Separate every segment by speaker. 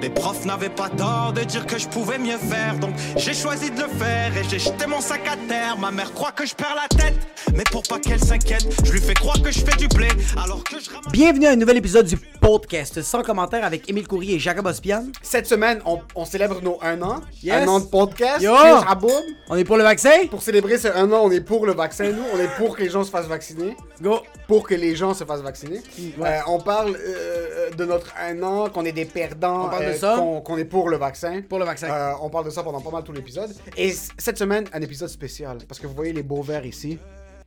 Speaker 1: Les profs n'avaient pas tort de dire que je pouvais mieux faire, donc j'ai choisi de le faire et j'ai jeté mon sac à terre. Ma mère croit que je perds la tête, mais pour pas qu'elle s'inquiète, je lui fais croire que je fais du blé alors que je ramasse.
Speaker 2: Bienvenue à un nouvel épisode du podcast sans commentaire avec Émile Courrier et Jacob Ospian.
Speaker 3: Cette semaine, on, on célèbre nos un an.
Speaker 2: Yes.
Speaker 3: Un an de podcast.
Speaker 2: Yo.
Speaker 3: Chris Aboud.
Speaker 2: On est pour le vaccin?
Speaker 3: Pour célébrer ce un an, on est pour le vaccin, nous. On est pour que les gens se fassent vacciner.
Speaker 2: Go!
Speaker 3: Pour que les gens se fassent vacciner.
Speaker 2: ouais.
Speaker 3: Euh, on parle euh, de notre un an, qu'on est des perdants,
Speaker 2: On parle de
Speaker 3: euh,
Speaker 2: ça.
Speaker 3: qu'on qu'on est pour le vaccin.
Speaker 2: Pour le vaccin.
Speaker 3: Euh, on parle de ça pendant pas mal tout l'épisode. Et c- cette semaine, un épisode spécial. Parce que vous voyez les beaux verres ici.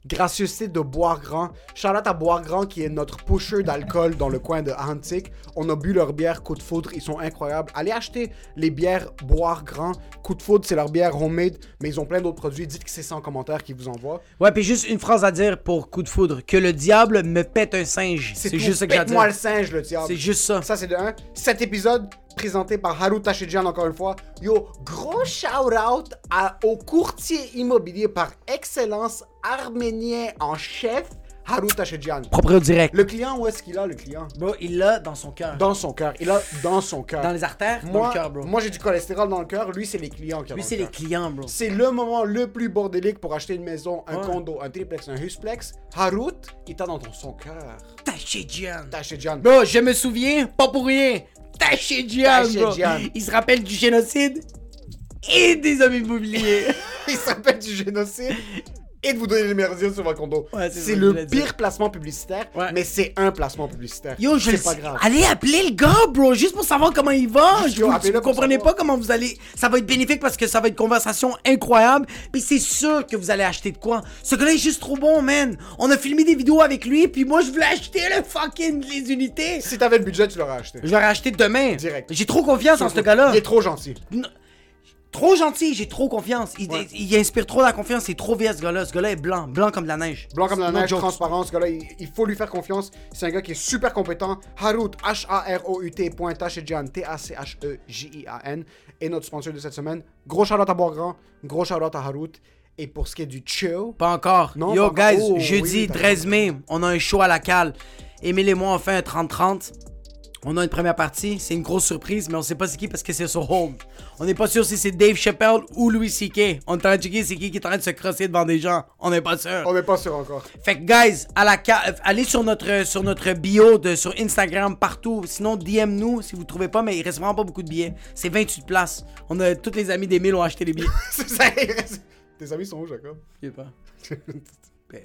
Speaker 3: Gracieuseté de Boire Grand. Charlotte à Boire Grand, qui est notre pusher d'alcool dans le coin de Antique. On a bu leur bière coup de foudre. Ils sont incroyables. Allez acheter les bières Boire Grand. Coup de foudre, c'est leur bière homemade. Mais ils ont plein d'autres produits. Dites que c'est ça en commentaire qu'ils vous envoient.
Speaker 2: Ouais, puis juste une phrase à dire pour coup de foudre. Que le diable me pète un singe. C'est
Speaker 3: tout.
Speaker 2: juste ça que j'ai à
Speaker 3: Pète-moi
Speaker 2: dire.
Speaker 3: le singe, le diable.
Speaker 2: C'est juste ça.
Speaker 3: Ça, c'est de 1. Cet épisode présenté par Haru Tashijan, encore une fois. Yo, gros shout-out à- au courtier immobilier par excellence arménien en chef, Haru Tashijan.
Speaker 2: Propre au direct.
Speaker 3: Le client, où est-ce qu'il a le client
Speaker 2: Bro, il l'a dans son cœur.
Speaker 3: Dans son cœur. Il a dans son cœur.
Speaker 2: Dans les artères, dans
Speaker 3: Moi,
Speaker 2: le cœur, bro.
Speaker 3: moi j'ai du cholestérol dans le cœur. Lui, c'est les clients qui ont
Speaker 2: Lui,
Speaker 3: dans
Speaker 2: c'est
Speaker 3: le
Speaker 2: les
Speaker 3: cœur.
Speaker 2: clients, bro.
Speaker 3: C'est le moment le plus bordélique pour acheter une maison, un
Speaker 2: Ouais.
Speaker 3: condo, un triplex, un husplex. Harut, il t'a dans ton- son cœur.
Speaker 2: Tachédian.
Speaker 3: Tashijan.
Speaker 2: Bro, je me souviens, pas pour rien. Tachédian, bro.
Speaker 3: Tachédian.
Speaker 2: Il se rappelle du génocide et des hommes immobiliers.
Speaker 3: il s'appelle du génocide et de vous donner les meilleurs deals sur votre condo.
Speaker 2: Ouais, c'est ça
Speaker 3: c'est
Speaker 2: que je voulais
Speaker 3: le
Speaker 2: dire.
Speaker 3: pire placement publicitaire,
Speaker 2: Ouais.
Speaker 3: mais c'est un placement publicitaire.
Speaker 2: Yo, je le
Speaker 3: c'est pas
Speaker 2: sais.
Speaker 3: grave.
Speaker 2: Allez appeler le gars, bro, juste pour savoir comment il va.
Speaker 3: Juste,
Speaker 2: Je
Speaker 3: yo,
Speaker 2: vous,
Speaker 3: appelez-le
Speaker 2: vous
Speaker 3: pour
Speaker 2: comprenez
Speaker 3: savoir.
Speaker 2: pas comment vous allez. Ça va être bénéfique parce que ça va être une conversation incroyable. Puis c'est sûr que vous allez acheter de quoi. Ce gars-là est juste trop bon, man. On a filmé des vidéos avec lui, puis moi je voulais acheter le fucking les unités.
Speaker 3: Si t'avais le budget, tu l'aurais acheté.
Speaker 2: Je l'aurais acheté demain.
Speaker 3: Direct.
Speaker 2: J'ai trop confiance en ce gars-là.
Speaker 3: Il est trop gentil.
Speaker 2: Trop gentil, j'ai trop confiance. Il,
Speaker 3: Ouais.
Speaker 2: il- il inspire trop la confiance. C'est trop vieux ce gars-là. Ce gars-là est blanc, blanc comme de la neige.
Speaker 3: Blanc comme la
Speaker 2: No
Speaker 3: neige,
Speaker 2: joke.
Speaker 3: transparent, ce gars-là, il, il faut lui faire confiance. C'est un gars qui est super compétent. Harut, H-A-R-O-U-T, point E Tachejian, E T-A-C-H-E-J-I-A-N, est notre sponsor de cette semaine. Gros shout-out à Bois-Grand, gros shout-out à Harut. Et pour ce qui est du chill,
Speaker 2: Pas encore.
Speaker 3: Non,
Speaker 2: Yo,
Speaker 3: pas
Speaker 2: guys,
Speaker 3: encore. Oh,
Speaker 2: jeudi
Speaker 3: oui, t'as
Speaker 2: 13 mai, on a un show à la cale. Émile et moi, on fait un 30-30. On a une première partie. C'est une grosse surprise, mais on sait pas c'est qui parce que c'est sur hold. On n'est pas sûr si c'est Dave Chappelle ou Louis C.K. On est en train de checker c'est qui qui est en train de se crosser devant des gens. On n'est pas sûr.
Speaker 3: on n'est pas sûr encore.
Speaker 2: Fait que, guys, à la ca- euh, allez sur notre, sur notre bio, de, sur Instagram, partout. Sinon, DM nous si vous trouvez pas, mais il reste vraiment pas beaucoup de billets. C'est 28 places. On a, tous les amis d'Emile ont acheté les billets.
Speaker 3: C'est ça, il reste- Tes amis sont où, Jacob?
Speaker 2: Je sais pas. Ben,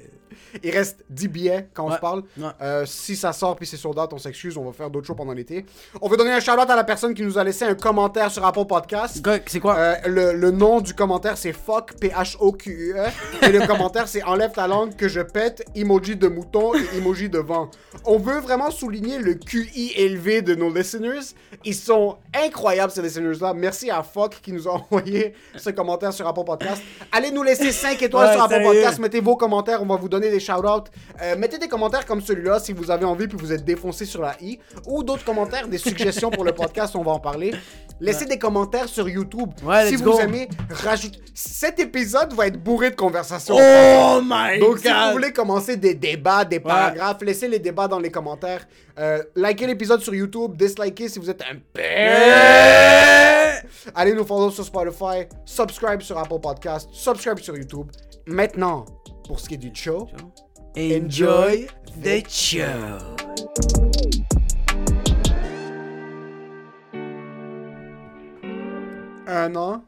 Speaker 3: Il reste 10 billets quand on
Speaker 2: Ouais,
Speaker 3: se parle.
Speaker 2: ouais.
Speaker 3: Euh, si ça sort puis c'est sur date, on s'excuse, on va faire d'autres shows pendant l'été. On veut donner un shout-out à la personne qui nous a laissé un commentaire sur Apple Podcast.
Speaker 2: gars, C'est quoi?
Speaker 3: Euh, le, le nom du commentaire c'est fuck P-H-O-Q-U-E E. et le commentaire c'est enlève ta langue que je pète emoji de mouton et emoji de vent. On veut vraiment souligner le QI élevé de nos listeners. Ils sont incroyables ces listeners là. Merci à fuck qui nous a envoyé ce commentaire sur Apple Podcast. Allez nous laisser 5 étoiles
Speaker 2: Ouais,
Speaker 3: sur Apple
Speaker 2: sérieux.
Speaker 3: Podcast, mettez vos commentaires, on va vous donner des shout-outs. Euh, mettez des commentaires comme celui-là si vous avez envie puis vous êtes défoncé sur la i ou d'autres commentaires, des suggestions pour le podcast, on va en parler. Laissez des commentaires sur YouTube
Speaker 2: Ouais,
Speaker 3: si
Speaker 2: let's
Speaker 3: vous
Speaker 2: go.
Speaker 3: aimez, rajoute. Cet épisode va être bourré de conversations.
Speaker 2: Oh my
Speaker 3: Donc, si
Speaker 2: god!
Speaker 3: vous voulez commencer des débats, des paragraphes, laissez les débats dans les commentaires. Euh, likez l'épisode sur YouTube, dislikez si vous êtes un père. Allez nous follow sur Spotify, subscribe sur Apple Podcast, subscribe sur YouTube. Maintenant, pour ce qui est du show,
Speaker 2: Enjoy
Speaker 3: Enjoy
Speaker 2: the show!
Speaker 3: un an.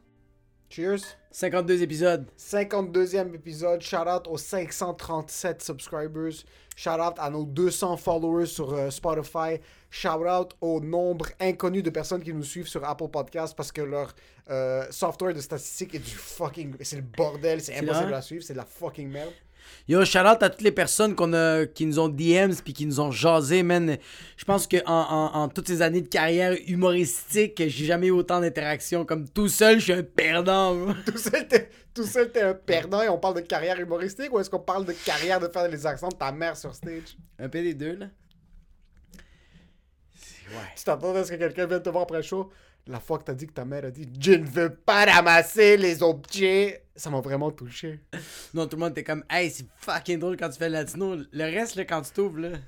Speaker 3: Cheers.
Speaker 2: 52 épisodes.
Speaker 3: 52e épisode. Shout out aux 537 subscribers. Shout out à nos 200 followers sur euh, Spotify. Shout out au nombre inconnu de personnes qui nous suivent sur Apple Podcast parce que leur euh, software de statistique est du fucking. C'est le bordel, c'est impossible
Speaker 2: vrai?
Speaker 3: à suivre, c'est de la fucking merde.
Speaker 2: Yo, shout out à toutes les personnes qu'on a, qui nous ont DMs puis qui nous ont jasé, man. Je pense que en, en- en toutes ces années de carrière humoristique, j'ai jamais eu autant d'interactions. Comme tout seul, je suis un perdant. bro.
Speaker 3: Tout seul, t'es, tout seul, t'es un perdant et on parle de carrière humoristique ou est-ce qu'on parle de carrière de faire les accents de ta mère sur stage
Speaker 2: Un peu des deux, là.
Speaker 3: Tu t'attends à ce que quelqu'un vienne te voir après le show La fois que t'as dit que ta mère a dit Je ne veux pas ramasser les objets, ça m'a vraiment touché.
Speaker 2: Non, tout le monde était comme, hey, c'est fucking drôle quand tu fais le latino. Le reste, là, quand tu t'ouvres, là.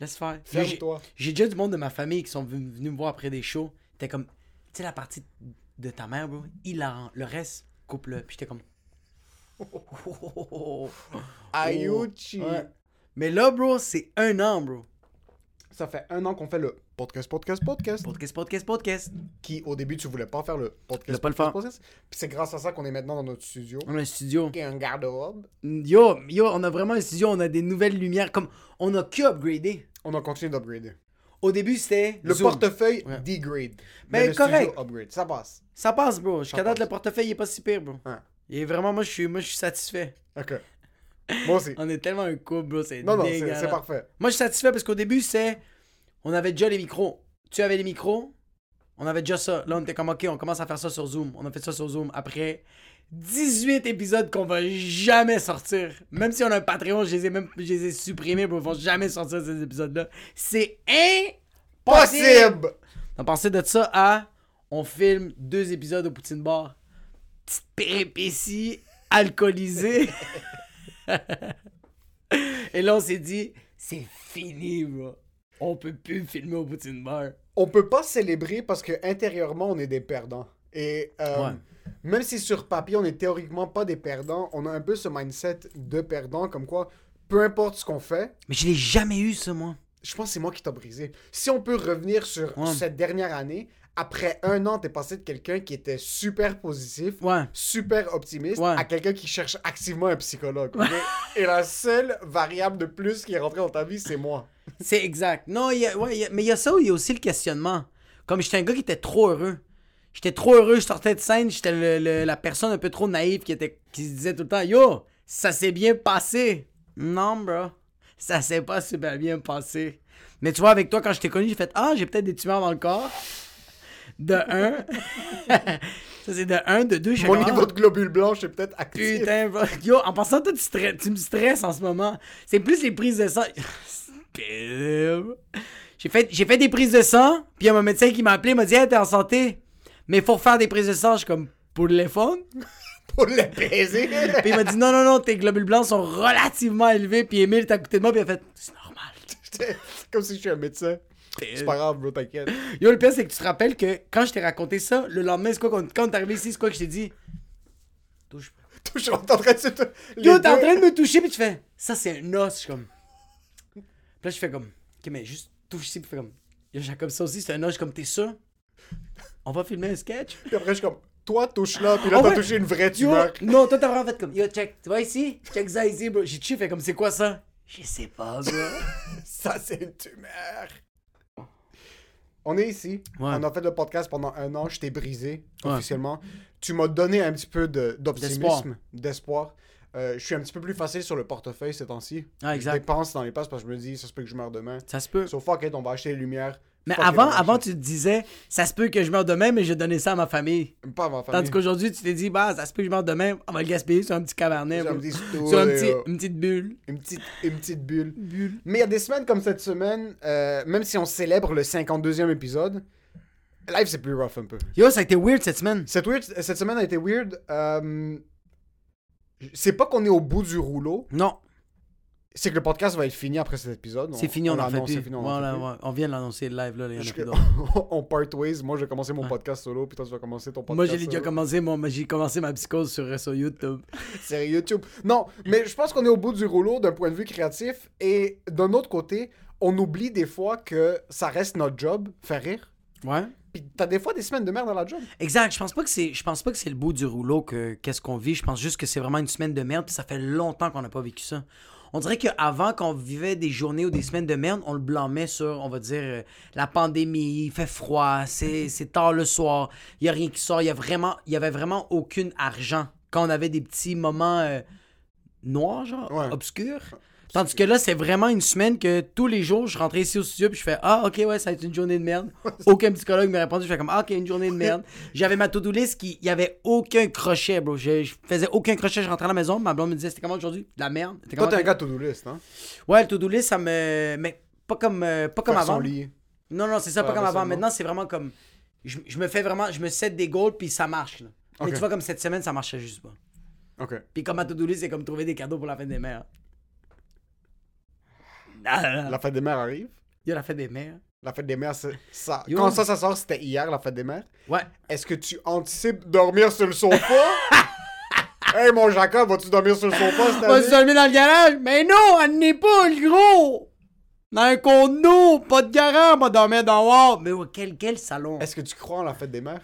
Speaker 2: Laisse faire. Là, j'ai-
Speaker 3: Ferme-toi.
Speaker 2: J'ai déjà du monde de ma famille qui sont venus, venus me voir après des shows. T'es comme, tu sais, la partie de ta mère, bro, hilarant. Le reste, coupe-le. Puis j'étais comme.
Speaker 3: Ayuchi.
Speaker 2: Ouais. Mais là, bro, c'est un an, bro.
Speaker 3: Ça fait un an qu'on fait le podcast, podcast, podcast.
Speaker 2: Podcast, podcast, podcast.
Speaker 3: Qui au début, tu voulais pas faire Mm. le
Speaker 2: Je voulais
Speaker 3: podcast.
Speaker 2: pas le
Speaker 3: podcast,
Speaker 2: faire.
Speaker 3: podcast. Puis c'est grâce à ça qu'on est maintenant dans notre studio.
Speaker 2: On a un studio.
Speaker 3: Qui est un garde-robe.
Speaker 2: Yo, yo, on a vraiment un studio. On a des nouvelles lumières. Comme, on a que upgradé.
Speaker 3: On a continué d'upgrader.
Speaker 2: Au début, c'était.
Speaker 3: Le
Speaker 2: Zoom.
Speaker 3: portefeuille
Speaker 2: Ouais.
Speaker 3: degrade.
Speaker 2: Mais
Speaker 3: le
Speaker 2: correct.
Speaker 3: studio upgrade. Ça passe.
Speaker 2: Ça passe, bro. Jusqu'à
Speaker 3: Ça
Speaker 2: date,
Speaker 3: passe.
Speaker 2: le portefeuille, il est pas si pire, bro.
Speaker 3: Ouais.
Speaker 2: Il est vraiment, moi, je suis, moi, je suis satisfait.
Speaker 3: Ok. Moi aussi.
Speaker 2: On est tellement un couple, bro. C'est
Speaker 3: non, non, c'est
Speaker 2: dégueulasse.
Speaker 3: c'est parfait.
Speaker 2: Moi, je suis satisfait parce qu'au début, c'est. On avait déjà les micros. Tu avais les micros. On avait déjà ça. Là, on était comme, OK, on commence à faire ça sur Zoom. On a fait ça sur Zoom après 18 épisodes qu'on va jamais sortir. Même si on a un Patreon, je les ai même je les ai supprimés, bro. Ils vont jamais sortir ces épisodes-là. C'est impossible!
Speaker 3: Possible!
Speaker 2: On pensait de ça à. On filme deux épisodes au Poutine Bar. Petite péripétie alcoolisée. Et là, on s'est dit, c'est fini, bro. On peut plus filmer au Poutine Bar.
Speaker 3: On peut pas célébrer parce que intérieurement, on est des perdants. Et euh,
Speaker 2: Ouais.
Speaker 3: même si sur papier, on est théoriquement pas des perdants, on a un peu ce mindset de perdant, comme quoi, peu importe ce qu'on fait,
Speaker 2: Mais je l'ai jamais eu, ça, moi.
Speaker 3: je pense que c'est moi qui t'a brisé. Si on peut revenir sur
Speaker 2: Ouais.
Speaker 3: cette dernière année, après un an, t'es passé de quelqu'un qui était super positif,
Speaker 2: Ouais.
Speaker 3: super optimiste,
Speaker 2: Ouais.
Speaker 3: à quelqu'un qui cherche activement un psychologue. ok? Et la seule variable de plus qui est rentrée dans ta vie, c'est moi.
Speaker 2: C'est exact. Non, il y a- ouais, il y a- mais il y a ça où il y a aussi le questionnement. Comme j'étais un gars qui était trop heureux. J'étais trop heureux, je sortais de scène, j'étais le- le- la personne un peu trop naïve qui, était, qui se disait tout le temps Yo, ça s'est bien passé. Non, bro. Ça s'est pas super bien passé. Mais tu vois, avec toi, quand je t'ai connu, j'ai fait Ah, j'ai peut-être des tumeurs dans le corps. De un. ça, c'est de un. De deux, je suis
Speaker 3: Mon
Speaker 2: comme, Ah.
Speaker 3: niveau de globule blanche est peut-être actif.
Speaker 2: Putain, bro. Yo, en passant, toi, tu, stre- tu me stresses en ce moment. C'est plus les prises de sang. C'est pénible. J'ai fait, j'ai fait des prises de sang, puis il y a mon médecin qui m'a appelé, il m'a dit, hey, t'es en santé, mais faut faire des prises de sang. Je suis comme, pour le fun?
Speaker 3: Pour le baiser.
Speaker 2: Puis il m'a dit, non, non, non, tes globules blancs sont relativement élevés, puis Emile est à côté de moi, puis il a fait, c'est normal.
Speaker 3: J'étais- comme si je suis un médecin. C'est pas grave, bro, t'inquiète.
Speaker 2: Yo, le pire, c'est que tu te rappelles que quand je t'ai raconté ça, le lendemain, c'est quoi, qu'on- quand t'es arrivé ici, c'est quoi que je t'ai dit? Touche pas.
Speaker 3: Toujours en train de se. les
Speaker 2: Yo, t'es en
Speaker 3: deux-
Speaker 2: train de me toucher, puis tu fais, ça c'est un os. Je suis comme. Puis là, je fais comme, ok, mais juste touche ici, puis fais comme, yo, Jacob, ça aussi c'est un os. Je suis comme, t'es sûr? On va filmer un sketch?
Speaker 3: Puis après, je suis comme, toi, touche là, puis là,
Speaker 2: Ah
Speaker 3: t'as
Speaker 2: ouais.
Speaker 3: touché une vraie
Speaker 2: Yo,
Speaker 3: tumeur.
Speaker 2: non, toi, t'as vraiment fait comme, yo, check, tu vois ici? Check ça ici, bro. J'ai tué, fait comme, c'est quoi ça? Je sais pas, bro.
Speaker 3: Ça, c'est une tumeur. On est ici.
Speaker 2: Ouais.
Speaker 3: On a fait le podcast pendant un an. Je t'ai brisé
Speaker 2: Ouais.
Speaker 3: officiellement. Tu m'as donné un petit peu de-
Speaker 2: D'espoir.
Speaker 3: d'optimisme, d'espoir. Euh, je suis un petit peu plus facile sur le portefeuille ces temps-ci.
Speaker 2: Ah,
Speaker 3: Je
Speaker 2: exact.
Speaker 3: dépense dans les passes parce que je me dis, ça se peut que je meure demain.
Speaker 2: Ça se peut.
Speaker 3: So fuck it, on va acheter les lumières.
Speaker 2: Mais
Speaker 3: Fuck it, on
Speaker 2: avant,
Speaker 3: va
Speaker 2: avant,
Speaker 3: acheter-
Speaker 2: tu te disais, ça se peut que je meure demain, mais j'ai donné ça à ma famille.
Speaker 3: Pas avant
Speaker 2: Tandis
Speaker 3: famille.
Speaker 2: qu'aujourd'hui, tu t'es dit, bah, ça se peut que je meure demain, on va le gaspiller sur un petit cabernet,
Speaker 3: Sur un
Speaker 2: bro.
Speaker 3: petit stool,
Speaker 2: sur un
Speaker 3: et,
Speaker 2: petit-
Speaker 3: euh,
Speaker 2: une petite bulle.
Speaker 3: Une petite, une petite bulle.
Speaker 2: Bulle.
Speaker 3: Mais il y a des semaines comme cette semaine, euh, même si on célèbre le 52e épisode, live c'est plus rough un peu.
Speaker 2: Yo, ça a été weird cette semaine.
Speaker 3: Cette, weird- cette semaine a été weird. euh, c'est pas qu'on est au bout du rouleau,
Speaker 2: Non,
Speaker 3: c'est que le podcast va être fini après cet épisode.
Speaker 2: c'est fini, on, en fait
Speaker 3: l'annonce,
Speaker 2: plus.
Speaker 3: c'est fini, on en
Speaker 2: Voilà,
Speaker 3: fait plus.
Speaker 2: ouais, on vient de l'annoncer live, là, il y en a
Speaker 3: Je-
Speaker 2: plus d'autres.
Speaker 3: on part ways. Moi, je vais commencer mon
Speaker 2: Ouais.
Speaker 3: podcast solo, puis toi, tu vas commencer ton podcast
Speaker 2: Moi, j'ai déjà
Speaker 3: solo.
Speaker 2: commencé, mon- moi, j'ai commencé ma psychose sur, sur YouTube.
Speaker 3: C'est YouTube. Non, mais je pense qu'on est au bout du rouleau d'un point de vue créatif. Et d'un autre côté, on oublie des fois que ça reste notre job, faire rire.
Speaker 2: Ouais.
Speaker 3: Puis t'as des fois des semaines de merde dans la job.
Speaker 2: Exact, je pense pas que c'est je pense pas que c'est le bout du rouleau que qu'est-ce qu'on vit, je pense juste que c'est vraiment une semaine de merde, puis ça fait longtemps qu'on n'a pas vécu ça. On dirait qu'avant, quand on vivait des journées ou des semaines de merde, on le blâmait sur, on va dire, euh, la pandémie, il fait froid, c'est c'est tard le soir, il y a rien qui sort, il y, a vraiment, il y avait vraiment aucune argent. Quand on avait des petits moments euh, noirs, genre,
Speaker 3: Ouais.
Speaker 2: obscurs. Tandis que là, c'est vraiment une semaine que tous les jours, je rentrais ici au studio puis je fais Ah, ok, ouais, ça va être une journée de merde. Aucun psychologue m'a répondu. Je fais comme Ah, ok, une journée de merde. J'avais ma to-do list qui. Il n'y avait aucun crochet, bro. Je, je faisais aucun crochet. Je rentrais à la maison. Ma blonde me disait C'était comment aujourd'hui De la merde. C'était
Speaker 3: Toi,
Speaker 2: comment
Speaker 3: t'es un gars to-do list, hein?
Speaker 2: Ouais, le to-do list, ça me. Mais pas comme, euh, pas comme
Speaker 3: Faire son
Speaker 2: avant.
Speaker 3: lit.
Speaker 2: Non, non, c'est ça,
Speaker 3: Ouais,
Speaker 2: pas comme
Speaker 3: ben,
Speaker 2: avant.
Speaker 3: seulement.
Speaker 2: Maintenant, c'est vraiment comme. je, je me fais vraiment, je me set des goals, puis ça marche. là. Mais
Speaker 3: Ok.
Speaker 2: tu vois, comme cette semaine, ça marchait juste pas.
Speaker 3: Ok.
Speaker 2: Puis comme à to-do list, c'est comme trouver des cadeaux pour la fête des mères. Ah, là, là.
Speaker 3: La fête des mères arrive.
Speaker 2: Yo, la fête des mères.
Speaker 3: La fête des mères, c'est- ça.
Speaker 2: Yo.
Speaker 3: Quand ça, ça sort, c'était hier, la fête des mères.
Speaker 2: Ouais.
Speaker 3: Est-ce que tu anticipes dormir sur le sofa? hey, mon Jacob, vas-tu dormir sur le sofa cette
Speaker 2: On va se
Speaker 3: année?
Speaker 2: dormir dans le garage. Mais non, on n'est pas le gros. Dans un condo, pas de garage, on va dormir dans Wow. Mais ouais, quel, quel salon.
Speaker 3: Est-ce que tu crois en la fête des mères?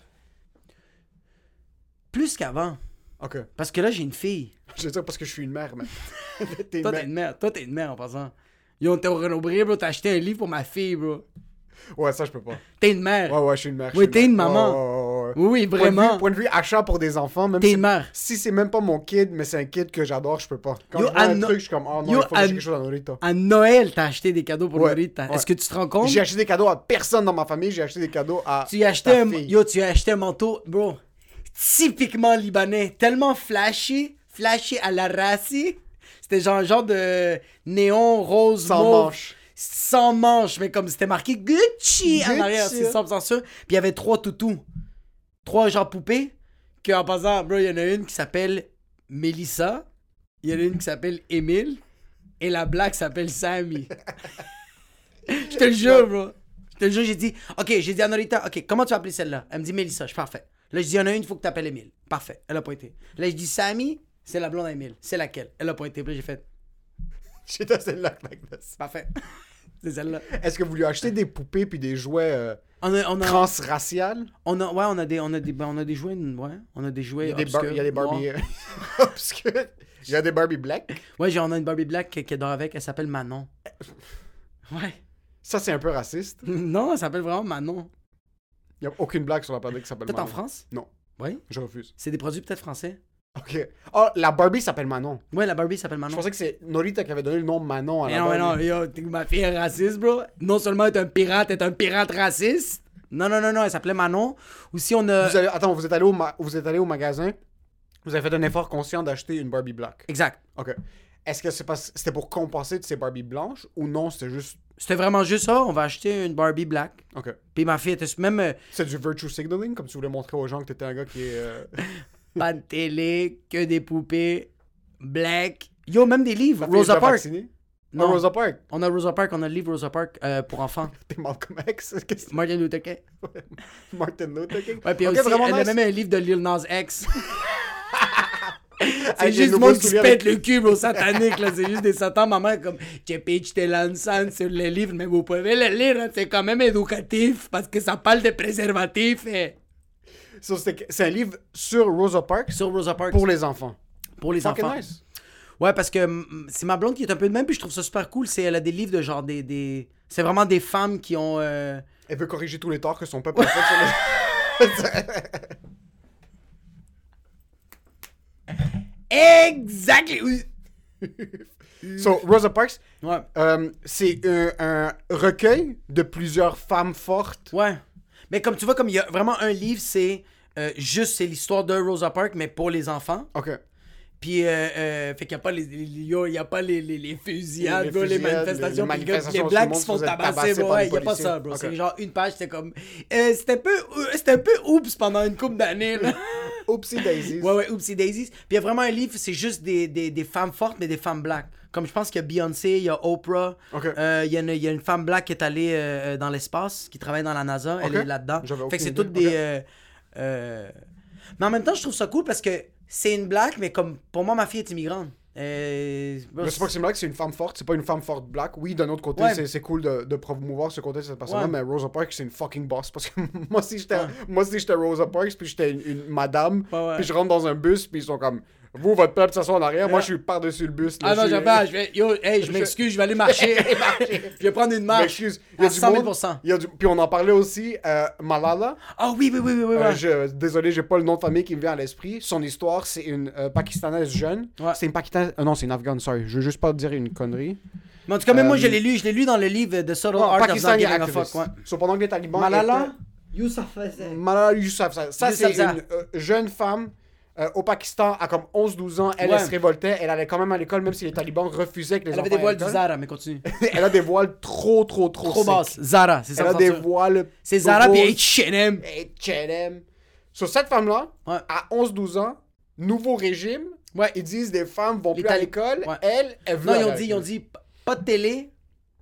Speaker 2: Plus qu'avant.
Speaker 3: Ok.
Speaker 2: Parce que là, j'ai une fille.
Speaker 3: Je veux dire parce que je suis une mère, mais. T'es une
Speaker 2: Toi, t'es une
Speaker 3: mère.
Speaker 2: mère. Toi, t'es une mère en passant. Yo, t'es au Renaud Bré, bro. T'as acheté un livre pour ma fille, bro.
Speaker 3: Ouais, ça, je peux pas.
Speaker 2: T'es une mère.
Speaker 3: Ouais, ouais, je suis une mère. je
Speaker 2: Oui,
Speaker 3: suis
Speaker 2: t'es une
Speaker 3: mère.
Speaker 2: maman.
Speaker 3: Ouais, ouais, ouais, ouais.
Speaker 2: Oui, oui,
Speaker 3: Point de vue-
Speaker 2: vraiment.
Speaker 3: Point de vue achat pour des enfants, même
Speaker 2: T'es
Speaker 3: si,
Speaker 2: une mère.
Speaker 3: si c'est même pas mon kid, mais c'est un kid que j'adore, je peux pas. Quand
Speaker 2: Yo,
Speaker 3: je vois un
Speaker 2: Anna-
Speaker 3: truc, je suis comme, oh
Speaker 2: Yo,
Speaker 3: non, il faut que j'ai
Speaker 2: Anna-
Speaker 3: quelque chose à nourrir, toi.
Speaker 2: À Noël, t'as acheté des cadeaux pour
Speaker 3: Ouais,
Speaker 2: Lolita.
Speaker 3: ouais.
Speaker 2: Est-ce que tu te rends compte?
Speaker 3: J'ai acheté des cadeaux à personne dans ma famille, j'ai acheté des cadeaux à.
Speaker 2: Tu as acheté
Speaker 3: ta
Speaker 2: un...
Speaker 3: fille.
Speaker 2: Yo, tu as acheté un manteau, bro. Typiquement libanais. Tellement flashy. Flashy à la rassi. C'était genre, genre de néon rose
Speaker 3: Sans
Speaker 2: mauve.
Speaker 3: manches.
Speaker 2: Sans manches, mais comme c'était marqué Gucci, en
Speaker 3: Gucci.
Speaker 2: arrière, c'est 100% sûr. Puis il y avait trois toutous. Trois genre poupées. Que en passant, bro, il y en a une qui s'appelle Mélissa. Il y en a une qui s'appelle Émile. Et la blague s'appelle Sammy. Je te le jure, bro. Je te le jure, j'ai dit, OK, j'ai dit à Norita, OK, comment tu vas appeler celle-là? Elle me dit Mélissa, je suis parfait. Là, je dis, il y en a une, il faut que tu appelles Emile. Parfait, elle a pas été. Là, je dis, Sammy, c'est la blonde à Emile. C'est laquelle? Elle a pas été. Puis là, j'ai fait,
Speaker 3: J'étais celle-là, Magnus.
Speaker 2: parfait. c'est celle-là.
Speaker 3: Est-ce que vous lui achetez des poupées puis des jouets euh,
Speaker 2: On a, on, a,
Speaker 3: transraciales
Speaker 2: on a- ouais, on a des, on a des, ben, on a des jouets, ouais. On a des jouets
Speaker 3: Il y a des,
Speaker 2: obscurs,
Speaker 3: Bar- il y a des
Speaker 2: noirs.
Speaker 3: Barbie euh, obscures. Il y a des Barbie black.
Speaker 2: Ouais, genre, on a une Barbie Black qui, qui dort avec, elle s'appelle Manon. Ouais.
Speaker 3: Ça, c'est un peu raciste.
Speaker 2: Non, elle s'appelle vraiment Manon.
Speaker 3: Il n'y a aucune blague sur la planète qui s'appelle
Speaker 2: Peut-être
Speaker 3: Manon.
Speaker 2: en France?
Speaker 3: Non,
Speaker 2: Oui.
Speaker 3: je refuse.
Speaker 2: C'est des produits peut-être français.
Speaker 3: Ok. Oh, la Barbie s'appelle Manon.
Speaker 2: Ouais, la Barbie s'appelle
Speaker 3: Je
Speaker 2: Manon.
Speaker 3: pensais que c'est Norita qui avait donné le nom Manon à
Speaker 2: Mais
Speaker 3: la
Speaker 2: non, mais non,
Speaker 3: Barbie.
Speaker 2: yo, t'es- ma fille est raciste, bro. Non seulement elle est un pirate, elle est un pirate raciste. Non, non, non, non, elle s'appelait Manon. Ou si on a.
Speaker 3: Vous avez- Attends, vous êtes, allé au ma- vous êtes allé au magasin, vous avez fait un effort conscient d'acheter une Barbie black.
Speaker 2: Exact.
Speaker 3: Ok. Est-ce que c'est pas- c'était pour compenser de ces Barbie blanches ou non, c'était juste.
Speaker 2: C'était vraiment juste ça, on va acheter une Barbie black.
Speaker 3: Ok.
Speaker 2: Puis ma fille était même euh,
Speaker 3: C'est du virtue signaling, comme tu voulais montrer aux gens que t'étais un gars qui est. euh,
Speaker 2: pas de télé, que des poupées, black. Yo, même des livres.
Speaker 3: ta fille est
Speaker 2: Rosa
Speaker 3: déjà
Speaker 2: Parks.
Speaker 3: vaccinée?
Speaker 2: Non.
Speaker 3: Ah, Rosa Parks.
Speaker 2: On a Rosa Parks, on a le livre Rosa Parks euh, pour enfants.
Speaker 3: T'es Malcolm X. Qu'est-ce que
Speaker 2: Martin Luther King.
Speaker 3: c'est? Martin Luther King.
Speaker 2: Ouais, puis
Speaker 3: Ok,
Speaker 2: aussi,
Speaker 3: vraiment
Speaker 2: elle
Speaker 3: nice.
Speaker 2: a même un livre de Lil Nas X. C'est
Speaker 3: Avec
Speaker 2: juste
Speaker 3: les
Speaker 2: du monde
Speaker 3: nouveaux
Speaker 2: qui se
Speaker 3: souliers
Speaker 2: pète
Speaker 3: avec-
Speaker 2: le cul, bro, satanique, là. C'est juste des satans. Maman, est comme, j'ai pitché l'ensemble sur les livres, mais vous pouvez le lire, hein, c'est quand même éducatif, parce que ça parle de préservatif. eh.
Speaker 3: So, c'était- C'est un livre sur Rosa Parks
Speaker 2: Sur Rosa Parks,
Speaker 3: pour
Speaker 2: pour,
Speaker 3: les enfants.
Speaker 2: les
Speaker 3: Fucking
Speaker 2: enfants.
Speaker 3: nice.
Speaker 2: Ouais, parce que mm, c'est ma blonde qui est un peu de même, puis je trouve ça super cool. C'est, elle a des livres de genre des. des... C'est vraiment des femmes qui ont. euh,
Speaker 3: Elle veut corriger tous les torts que son peuple a fait sur les-
Speaker 2: Exactly! Oui.
Speaker 3: So, Rosa Parks,
Speaker 2: Ouais.
Speaker 3: euh, c'est un, un recueil de plusieurs femmes fortes.
Speaker 2: Ouais. Mais comme tu vois, comme il y a vraiment un livre, c'est euh, juste c'est l'histoire de Rosa Parks, mais pour les enfants.
Speaker 3: Ok.
Speaker 2: Puis, euh, euh, fait qu'il n'y a pas les, les- les- yo, il y a pas les, les, les fusillades,
Speaker 3: Les
Speaker 2: bro, les
Speaker 3: fusillades,
Speaker 2: manifestations,
Speaker 3: les- les
Speaker 2: puis gars-
Speaker 3: manifestations,
Speaker 2: les
Speaker 3: tout
Speaker 2: blacks
Speaker 3: le
Speaker 2: qui
Speaker 3: monde
Speaker 2: se font
Speaker 3: se faisait
Speaker 2: tabasser,
Speaker 3: tabasser
Speaker 2: bro.
Speaker 3: par
Speaker 2: Ouais,
Speaker 3: les
Speaker 2: il n'y a pas
Speaker 3: policiers.
Speaker 2: ça, bro.
Speaker 3: Ok.
Speaker 2: C'est genre une page, c'était comme. euh, c'était un peu, euh, c'était un peu oups pendant une couple d'années, là.
Speaker 3: Oopsie Daisy.
Speaker 2: ouais, ouais, oupsie daisies. Puis il y a vraiment un livre, c'est juste des, des, des femmes fortes, mais des femmes blacks. Comme je pense qu'il y a Beyoncé, il y a Oprah.
Speaker 3: Ok.
Speaker 2: Euh, il, y a une, il y a une femme black qui est allée euh, dans l'espace, qui travaille dans la NASA. Elle
Speaker 3: Ok.
Speaker 2: est là-dedans.
Speaker 3: J'avais
Speaker 2: Fait que
Speaker 3: aucune
Speaker 2: c'est
Speaker 3: idée.
Speaker 2: toutes des.
Speaker 3: Ok.
Speaker 2: euh, euh, Mais en même temps, je trouve ça cool parce que c'est une blague, mais comme pour moi, ma fille est immigrante. Euh,
Speaker 3: Mais c'est pas que c'est black, c'est une femme forte, c'est pas une femme forte black. Oui, d'un autre côté,
Speaker 2: Ouais.
Speaker 3: c'est- c'est cool de, de promouvoir ce côté de cette personne-là,
Speaker 2: Ouais.
Speaker 3: mais Rosa Parks, c'est une fucking boss. Parce que moi, si j'étais moi, si j'étais Rosa Parks, puis j'étais une, une madame,
Speaker 2: Ouais, ouais.
Speaker 3: puis je rentre dans un bus, puis ils sont comme, vous, votre peuple, ça soit en arrière, moi, je suis par-dessus le bus.
Speaker 2: Ah
Speaker 3: là,
Speaker 2: non,
Speaker 3: je suis-
Speaker 2: j'ai pas, je vais. Yo, hey, je m'excuse, je vais aller marcher. je vais prendre une
Speaker 3: Mais
Speaker 2: marche.
Speaker 3: excuse, il y
Speaker 2: à
Speaker 3: a du
Speaker 2: 100 000
Speaker 3: monde. il y a du- Puis on en parlait aussi, euh, Malala.
Speaker 2: Ah oui, oui, oui, oui, oui.
Speaker 3: Euh,
Speaker 2: ouais.
Speaker 3: je- désolé, j'ai pas le nom de famille qui me vient à l'esprit. Son histoire, c'est une euh, Pakistanaise jeune.
Speaker 2: Ouais.
Speaker 3: C'est une Pakistanaise. euh, non, c'est une Afghane, sorry. Je veux juste pas dire une connerie.
Speaker 2: Mais en tout cas, même moi,
Speaker 3: euh, Ah,
Speaker 2: je l'ai lu. Je l'ai lu dans le livre de Subtle
Speaker 3: Non,
Speaker 2: Art of Not
Speaker 3: Pakistan, il y a
Speaker 2: Giving a
Speaker 3: activiste.
Speaker 2: Fuck. Oh, ouais.
Speaker 3: So, pendant que les talibans.
Speaker 2: Malala
Speaker 3: Mm, étaient- Malala Yousafzai. Ça, c'est
Speaker 2: Yousafzai.
Speaker 3: une euh, jeune femme euh, au Pakistan à comme 11-12 ans, elle,
Speaker 2: Ouais.
Speaker 3: elle se révoltait, elle allait quand même à l'école, même si les talibans refusaient que les
Speaker 2: Elle avait
Speaker 3: enfants
Speaker 2: des
Speaker 3: aillent
Speaker 2: voiles
Speaker 3: à
Speaker 2: du
Speaker 3: l'école.
Speaker 2: Zara, mais continue.
Speaker 3: elle a des voiles trop, trop, trop,
Speaker 2: Trop
Speaker 3: secs.
Speaker 2: basse. Zara, c'est ça.
Speaker 3: Elle a
Speaker 2: la
Speaker 3: des
Speaker 2: ceinture.
Speaker 3: voiles.
Speaker 2: C'est
Speaker 3: tout
Speaker 2: Zara pis
Speaker 3: roses.
Speaker 2: H&M.
Speaker 3: Et H&M. Sur cette femme-là,
Speaker 2: Ouais.
Speaker 3: à 11-12 ans, nouveau régime,
Speaker 2: Ouais.
Speaker 3: ils disent des femmes vont
Speaker 2: Les
Speaker 3: plus à
Speaker 2: tali-
Speaker 3: l'école,
Speaker 2: Ouais.
Speaker 3: elle, elle veut
Speaker 2: Non, ils
Speaker 3: aller
Speaker 2: ont
Speaker 3: à
Speaker 2: dit, ils
Speaker 3: l'école.
Speaker 2: ont dit, p- pas de télé.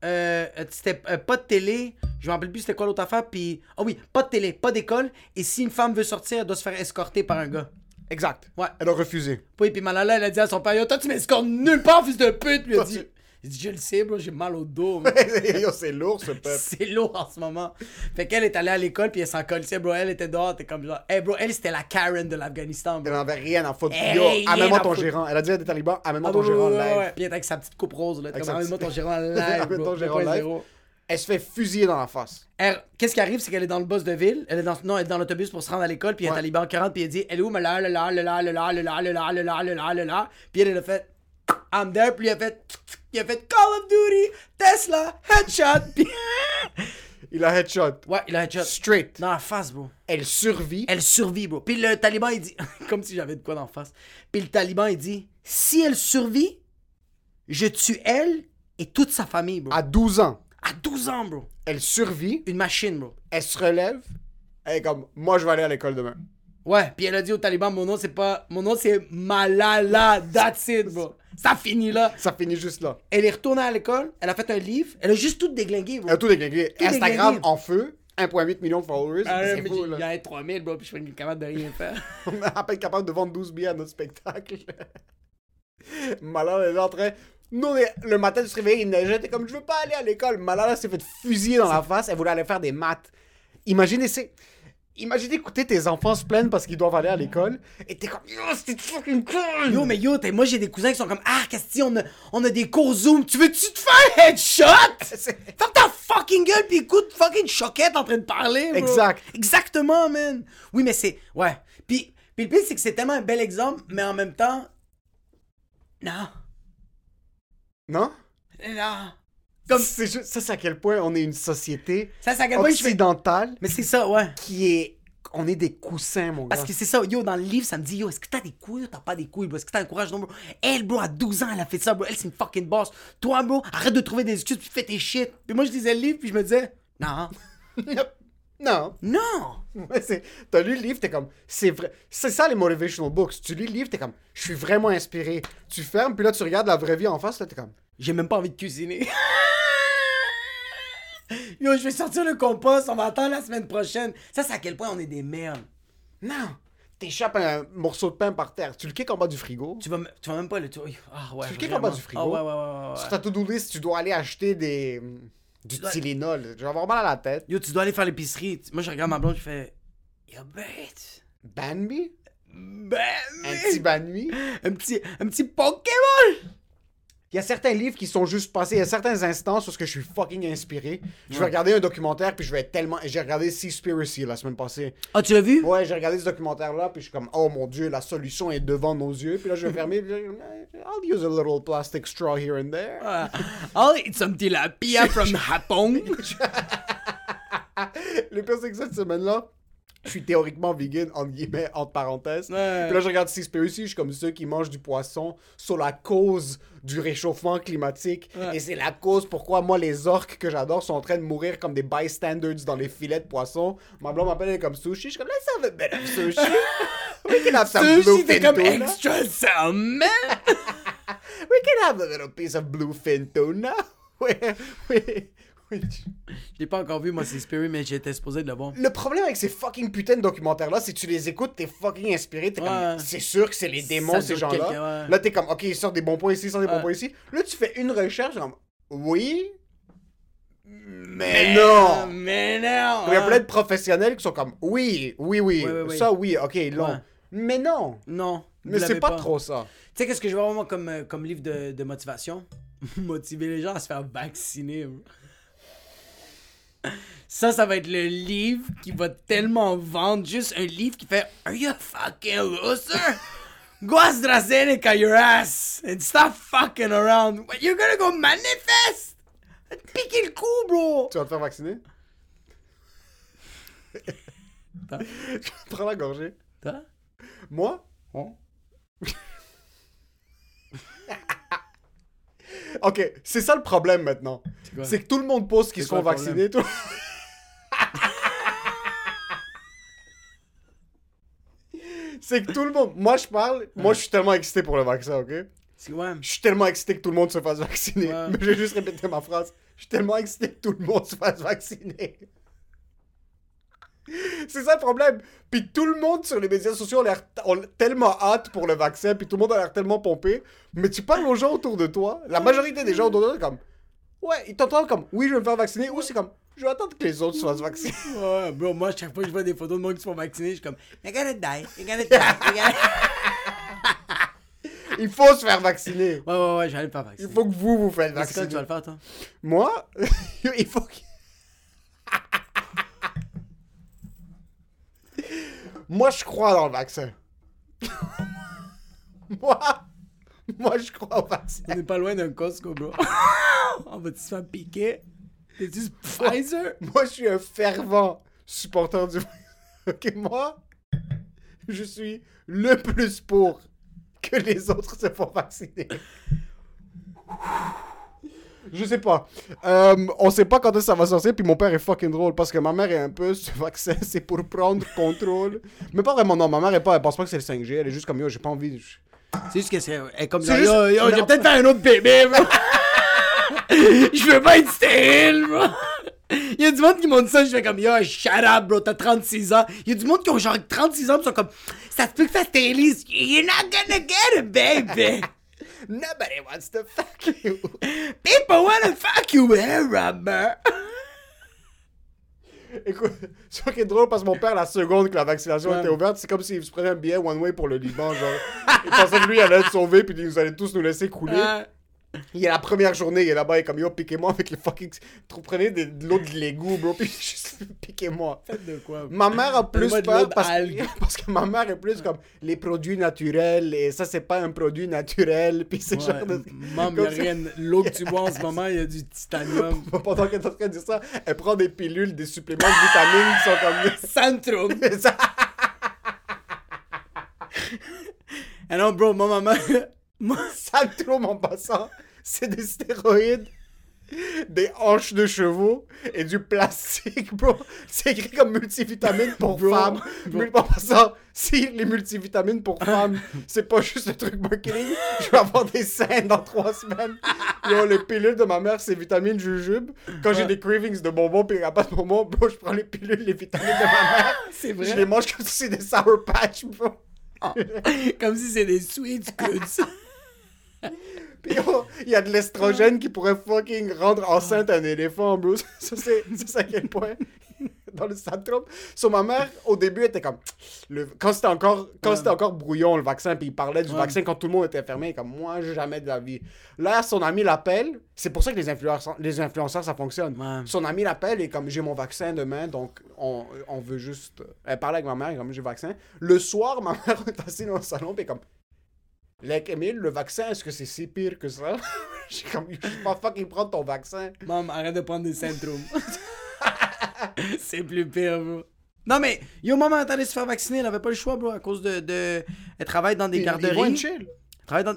Speaker 2: Euh, c'était euh, pas de télé. Je me rappelle plus c'était quoi l'autre affaire. Puis, ah oui, pas de télé, pas d'école. Et si une femme veut sortir, elle doit se faire escorter par un gars.
Speaker 3: Exact.
Speaker 2: Ouais.
Speaker 3: Elle a refusé.
Speaker 2: Oui, puis Malala, elle a dit à son père, Yo, toi, tu m'escortes nulle part, fils de pute. Lui, il a dit, il dit, je le sais, bro, j'ai mal au dos. man.
Speaker 3: Yo, c'est lourd, ce peuple.
Speaker 2: C'est lourd en ce moment. Fait qu'elle est allée à l'école, puis elle s'en collait, bro. Elle était dehors, t'es comme genre, hey, bro, elle, c'était la Karen de l'Afghanistan,
Speaker 3: Elle
Speaker 2: bro.
Speaker 3: n'en avait rien à foutre.
Speaker 2: Eh,
Speaker 3: Yo,
Speaker 2: rien
Speaker 3: amène-moi
Speaker 2: à
Speaker 3: ton
Speaker 2: foutre.
Speaker 3: gérant. Elle a dit à des talibans, amène-moi
Speaker 2: Ah,
Speaker 3: ton
Speaker 2: ouais,
Speaker 3: gérant
Speaker 2: ouais, ouais,
Speaker 3: live.
Speaker 2: ouais. Puis elle était avec sa petite coupe rose, là. t'es
Speaker 3: Avec
Speaker 2: comme,
Speaker 3: sa
Speaker 2: Amène-moi ton
Speaker 3: petite-
Speaker 2: gérant live.
Speaker 3: Amène
Speaker 2: bro,
Speaker 3: ton gérant
Speaker 2: 2.0.
Speaker 3: live. Elle se fait fusiller dans la face.
Speaker 2: Elle- Qu'est-ce qui arrive, c'est qu'elle est dans le bus de ville, elle est dans, non, elle est dans l'autobus pour se rendre à l'école, puis il y a un
Speaker 3: Ouais.
Speaker 2: taliban qui rentre, puis elle dit, elle est où, mais là, là, là, là, là, là, là, là, là, là, là, là, là, là, là, là, puis elle, elle a fait, I'm there, puis il a fait, il a fait Call of Duty, Tesla, headshot, puis,
Speaker 3: Il a headshot.
Speaker 2: ouais, il a headshot,
Speaker 3: Straight.
Speaker 2: dans la face, bro.
Speaker 3: Elle survit.
Speaker 2: Elle survit, bro. Puis le taliban, il dit, comme si j'avais de quoi d'en face, puis le taliban, il dit, si elle survit, je tue elle et toute sa famille, bro.
Speaker 3: À 12 ans,
Speaker 2: À 12 ans, bro.
Speaker 3: elle survit.
Speaker 2: Une machine, bro.
Speaker 3: Elle se relève. Elle est comme, moi, je vais aller à l'école demain.
Speaker 2: Ouais, puis elle a dit aux talibans, mon nom c'est pas, mon nom c'est Malala, that's it, bro. Ça finit là.
Speaker 3: Ça finit juste là.
Speaker 2: Elle est retournée à l'école, elle a fait un livre, elle a juste tout déglingué, bro.
Speaker 3: Elle a tout déglingué.
Speaker 2: Tout
Speaker 3: Instagram
Speaker 2: déglingué.
Speaker 3: en feu. 1,8 million de followers.
Speaker 2: Ah ouais,
Speaker 3: c'est
Speaker 2: mais
Speaker 3: fou,
Speaker 2: j'ai- il y
Speaker 3: là.
Speaker 2: en a 3000, bro, puis je suis pas capable de rien faire.
Speaker 3: On est à peine capable de vendre 12 billets à notre spectacle. Malala est là en train. Nous, on est- le matin, je se réveillais, il neigeait. T'es comme, je veux pas aller à l'école. Malala s'est fait fusiller dans la face. Elle voulait aller faire des maths. Imaginez, c'est. Imagine écouter tes enfants se plaindre parce qu'ils doivent aller à l'école. Et t'es comme, yo, c'était fucking cool.
Speaker 2: Yo, mais yo, t'es- moi j'ai des cousins qui sont comme, ah, Casti, on a, on a des cours Zoom, tu veux-tu te faire headshot?
Speaker 3: C'est-
Speaker 2: Ferme ta fucking gueule, puis écoute fucking choquette en train de parler, bro.
Speaker 3: Exact.
Speaker 2: Exactement, man. Oui, mais c'est, ouais. Puis, puis le pire, c'est que c'est tellement un bel exemple, mais en même temps, non.
Speaker 3: Non?
Speaker 2: Non. Comme ça,
Speaker 3: C'est juste- ça, c'est à quel point on est une société
Speaker 2: c'est à quel point je fais.
Speaker 3: occidentale
Speaker 2: Mais c'est ça, ouais.
Speaker 3: qui est. On est des coussins, mon
Speaker 2: Parce
Speaker 3: gars.
Speaker 2: que c'est ça, yo, dans le livre, ça me dit, yo, est-ce que t'as des couilles ou t'as pas des couilles, bro? Est-ce que t'as un courage, non, bro? Elle, bro, à 12 ans, elle a fait ça, bro. Elle, c'est une fucking boss. Toi, bro, arrête de trouver des excuses, puis fais tes shit. Puis moi, je lisais le livre, puis je me disais, non.
Speaker 3: Non.
Speaker 2: Non!
Speaker 3: Ouais, c'est- T'as lu le livre, t'es comme, c'est vrai. C'est ça les motivational books. Tu lis le livre, t'es comme, je suis vraiment inspiré. Tu fermes, puis là, tu regardes la vraie vie en face, là, t'es comme,
Speaker 2: J'ai même pas envie de cuisiner. yo, je vais sortir le compost, on va attendre la semaine prochaine. Ça, c'est à quel point on est des merdes.
Speaker 3: non, t'échappes un morceau de pain par terre. Tu le kicks en bas du frigo. Tu
Speaker 2: Tu vas, m- tu vas même pas le. tu- Ah, ouais.
Speaker 3: Tu le kicks en bas
Speaker 2: vraiment.
Speaker 3: du frigo.
Speaker 2: Ah, ouais, ouais, ouais, ouais, ouais.
Speaker 3: Sur ta to-do list, tu dois aller acheter des. hum, du
Speaker 2: dois-
Speaker 3: Tylenol. Je vais avoir mal à la tête.
Speaker 2: Yo, tu dois aller faire l'épicerie. Moi, je regarde ma blonde, je fais. Yo, bête!
Speaker 3: Banmi?
Speaker 2: Ben,
Speaker 3: Un petit banmi?
Speaker 2: un petit, un petit Pokémon!
Speaker 3: Il y a certains livres qui sont juste passés, il y a certains instants sur ce que je suis fucking inspiré. Je vais regarder un documentaire, puis je vais être tellement. J'ai regardé Seaspiracy la semaine passée.
Speaker 2: Ah, tu l'as vu?
Speaker 3: Ouais, j'ai regardé ce documentaire-là, puis je suis comme, oh mon dieu, la solution est devant nos yeux. Puis là, je vais fermer, puis là, I'll use a little plastic straw here and there.
Speaker 2: Ah, I'll eat some tilapia from Japon.
Speaker 3: Le pire, c'est que cette semaine-là, je suis théoriquement vegan, entre guillemets, entre parenthèses.
Speaker 2: Ouais.
Speaker 3: Puis là, je regarde Seaspiracy, je suis comme ceux qui mangent du poisson sur la cause du réchauffement climatique. Et c'est la cause pourquoi, moi, les orques que j'adore sont en train de mourir comme des bystanders dans les filets de poisson. Ma blonde m'appelle, elle est comme sushi. Je suis comme, let's have a bit of sushi. We can have some
Speaker 2: Sushi,
Speaker 3: bluefin
Speaker 2: t'es comme
Speaker 3: tuna.
Speaker 2: extra salmon!
Speaker 3: We can have a little piece of bluefin tuna. Oui, oui, oui.
Speaker 2: Je l'ai pas encore vu, moi, c'est Spirit, mais j'étais supposé de le voir.
Speaker 3: Le problème avec ces fucking putains de documentaires-là, c'est que tu les écoutes, t'es fucking inspiré, t'es
Speaker 2: Ouais.
Speaker 3: comme, c'est sûr que c'est les démons,
Speaker 2: Ça
Speaker 3: ces
Speaker 2: doit quelqu'un,
Speaker 3: gens-là.
Speaker 2: ouais.
Speaker 3: Là, t'es comme, ok, ils sortent des bons points ici, ils sortent des
Speaker 2: Ouais.
Speaker 3: bons points ici. Là, tu fais une recherche, genre, oui, mais non.
Speaker 2: Mais non!
Speaker 3: Il y a
Speaker 2: hein.
Speaker 3: plein de professionnels qui sont comme, oui, oui, oui,
Speaker 2: Ouais, ouais, ouais.
Speaker 3: ça, oui, ok, long.
Speaker 2: Ouais.
Speaker 3: Mais non,
Speaker 2: Non. vous
Speaker 3: mais c'est
Speaker 2: l'avez
Speaker 3: pas, trop ça.
Speaker 2: Tu sais, qu'est-ce que je vais avoir, moi, comme, euh, comme livre de, de motivation? Motiver les gens à se faire vacciner. bro. Ça, ça va être le livre qui va tellement vendre. Juste un livre qui fait Are you a fucking loser? Go AstraZeneca your ass and stop fucking around. What, You're gonna go manifest? Va te Piquer le cou, bro!
Speaker 3: Tu vas te faire vacciner? Prends la gorgée.
Speaker 2: Toi?
Speaker 3: Moi?
Speaker 2: Hein?
Speaker 3: Ok, c'est ça le problème maintenant.
Speaker 2: quoi?
Speaker 3: C'est que tout le monde pose qu'ils
Speaker 2: C'est
Speaker 3: sont
Speaker 2: quoi le problème?
Speaker 3: vaccinés. Tout... c'est que tout le monde. Moi, je parle. Moi, je suis tellement excité pour le vaccin, ok?
Speaker 2: C'est ouais.
Speaker 3: Je suis tellement excité que tout le monde se fasse vacciner.
Speaker 2: Ouais.
Speaker 3: Mais je vais juste répéter ma phrase. Je suis tellement excité que tout le monde se fasse vacciner. C'est ça le problème. Puis tout le monde sur les médias sociaux a l'air ont tellement hâte pour le vaccin, puis tout le monde a l'air tellement pompé. Mais tu parles aux gens autour de toi, la majorité des gens autour de toi, comme Ouais, ils t'entendent comme Oui, je vais me faire vacciner, ou c'est comme Je vais attendre que les autres se fassent vacciner.
Speaker 2: Ouais, bro, moi, chaque fois que je vois des photos de monde qui se font vacciner, je suis comme, you're gonna die, you're gonna die, you're gonna-
Speaker 3: Il faut se faire vacciner.
Speaker 2: Ouais, ouais, ouais, j'allais me faire vacciner.
Speaker 3: Il faut que vous vous faites
Speaker 2: C'est quand que tu vas
Speaker 3: vacciner.
Speaker 2: le faire, toi?
Speaker 3: Moi, il faut que... Moi, je crois dans le vaccin. moi, moi, je crois au
Speaker 2: On
Speaker 3: vaccin.
Speaker 2: n'est pas loin d'un Costco, bro. On va-tu se faire piquer? T'es juste Pfizer?
Speaker 3: Moi, je suis un fervent supporter du vaccin. Ok, moi, je suis le plus pour que les autres se font vacciner. Je sais pas. Euh, on sait pas quand est-ce que ça va sortir, puis mon père est fucking drôle parce que ma mère est un peu ce vaccin, c'est pour prendre contrôle. Mais pas vraiment, non, ma mère est pas, elle pense pas que c'est le 5G, elle est juste comme yo, j'ai pas envie. je-
Speaker 2: C'est juste que c'est elle est comme
Speaker 3: C'est
Speaker 2: genre, yo,
Speaker 3: juste-
Speaker 2: yo, je vais
Speaker 3: non.
Speaker 2: peut-être faire un autre bébé, bro. Je veux pas être stérile, bro. Il y a du monde qui m'ont dit ça, je fais comme, yo, shut up, bro, t'as 36 ans. Il y a du monde qui ont genre 36 ans, qui sont comme, ça se peut que ça stérilise. You're not gonna get it, baby.
Speaker 3: Nobody wants to fuck you.
Speaker 2: People wanna fuck you, eh, Robert.
Speaker 3: Écoute, c'est ça qui est drôle parce que mon père, la seconde que la vaccination
Speaker 2: Ouais.
Speaker 3: était ouverte, c'est comme s'il se prenait un billet one way pour le Liban, genre. Il pensait que lui allait être sauvé, puis nous allait tous nous laisser couler.
Speaker 2: Ah,
Speaker 3: Il est la première journée, il est là-bas, il est comme yo, piquez-moi avec le fucking. Trop- Prenez des- de l'eau de l'égout, bro, puis juste piquez-moi.
Speaker 2: de quoi,
Speaker 3: Ma mère a plus
Speaker 2: Donne-moi de l'eau
Speaker 3: peur
Speaker 2: de
Speaker 3: parce,
Speaker 2: algue.
Speaker 3: parce que ma mère est plus comme les produits naturels et ça c'est pas un produit naturel puis c'est genre de...
Speaker 2: Maman,
Speaker 3: comme
Speaker 2: y'a
Speaker 3: ça.
Speaker 2: rien. L'eau que tu bois en ce moment, il y a du titanium.
Speaker 3: Pendant qu'elle est en train de dire ça, elle prend des pilules, des suppléments de vitamines qui sont
Speaker 2: Centrum.
Speaker 3: comme ça.
Speaker 2: Ah non, bro, moi, maman. moi,
Speaker 3: Saltrum en passant, c'est des stéroïdes, des hanches de chevaux et du plastique, bro. C'est écrit comme multivitamines pour
Speaker 2: Bro,
Speaker 3: femmes.
Speaker 2: bro.
Speaker 3: Mais en passant, si les multivitamines pour femmes, c'est pas juste le truc marketing, je vais avoir des scènes dans trois semaines. Yo, les pilules de ma mère, c'est vitamines jujube. Quand j'ai
Speaker 2: Ouais.
Speaker 3: des cravings de bonbons puis il n'y a pas de bonbons, bro, je prends les pilules, les vitamines de ma mère.
Speaker 2: c'est
Speaker 3: Je les
Speaker 2: vrai. Ah.
Speaker 3: mange comme si c'était des Sour Patch, bro.
Speaker 2: Comme si c'est des sweet goods.
Speaker 3: Puis oh, il y a de l'estrogène qui pourrait fucking rendre enceinte un éléphant, bro. Ça, c'est ça, c'est à quel point. Dans le syndrome. Sur ma mère, au début, elle était comme. le- quand c'était encore, quand
Speaker 2: Ouais.
Speaker 3: c'était encore brouillon, le vaccin, puis il parlait du
Speaker 2: Ouais.
Speaker 3: vaccin quand tout le monde était fermé, comme moi, jamais de la vie. Là, son ami l'appelle. C'est pour ça que les influenceurs, les influenceurs ça fonctionne.
Speaker 2: Ouais.
Speaker 3: Son ami l'appelle et comme j'ai mon vaccin demain, donc on, on veut juste. Elle parlait avec ma mère, comme j'ai le vaccin. Le soir, ma mère est assise dans le salon, puis comme. Like, Emile, le vaccin, est-ce que c'est si pire que ça? Je suis comme, je vais pas fucking prendre ton vaccin.
Speaker 2: Maman, arrête de prendre des Centrum. c'est plus pire, bro. Non, mais yo, maman, attendez se faire vacciner. Elle avait pas le choix, bro, à cause de. de... Elle travaille dans des
Speaker 3: Ils- Ils vont être
Speaker 2: garderies.
Speaker 3: chill.
Speaker 2: Elle travaille dans.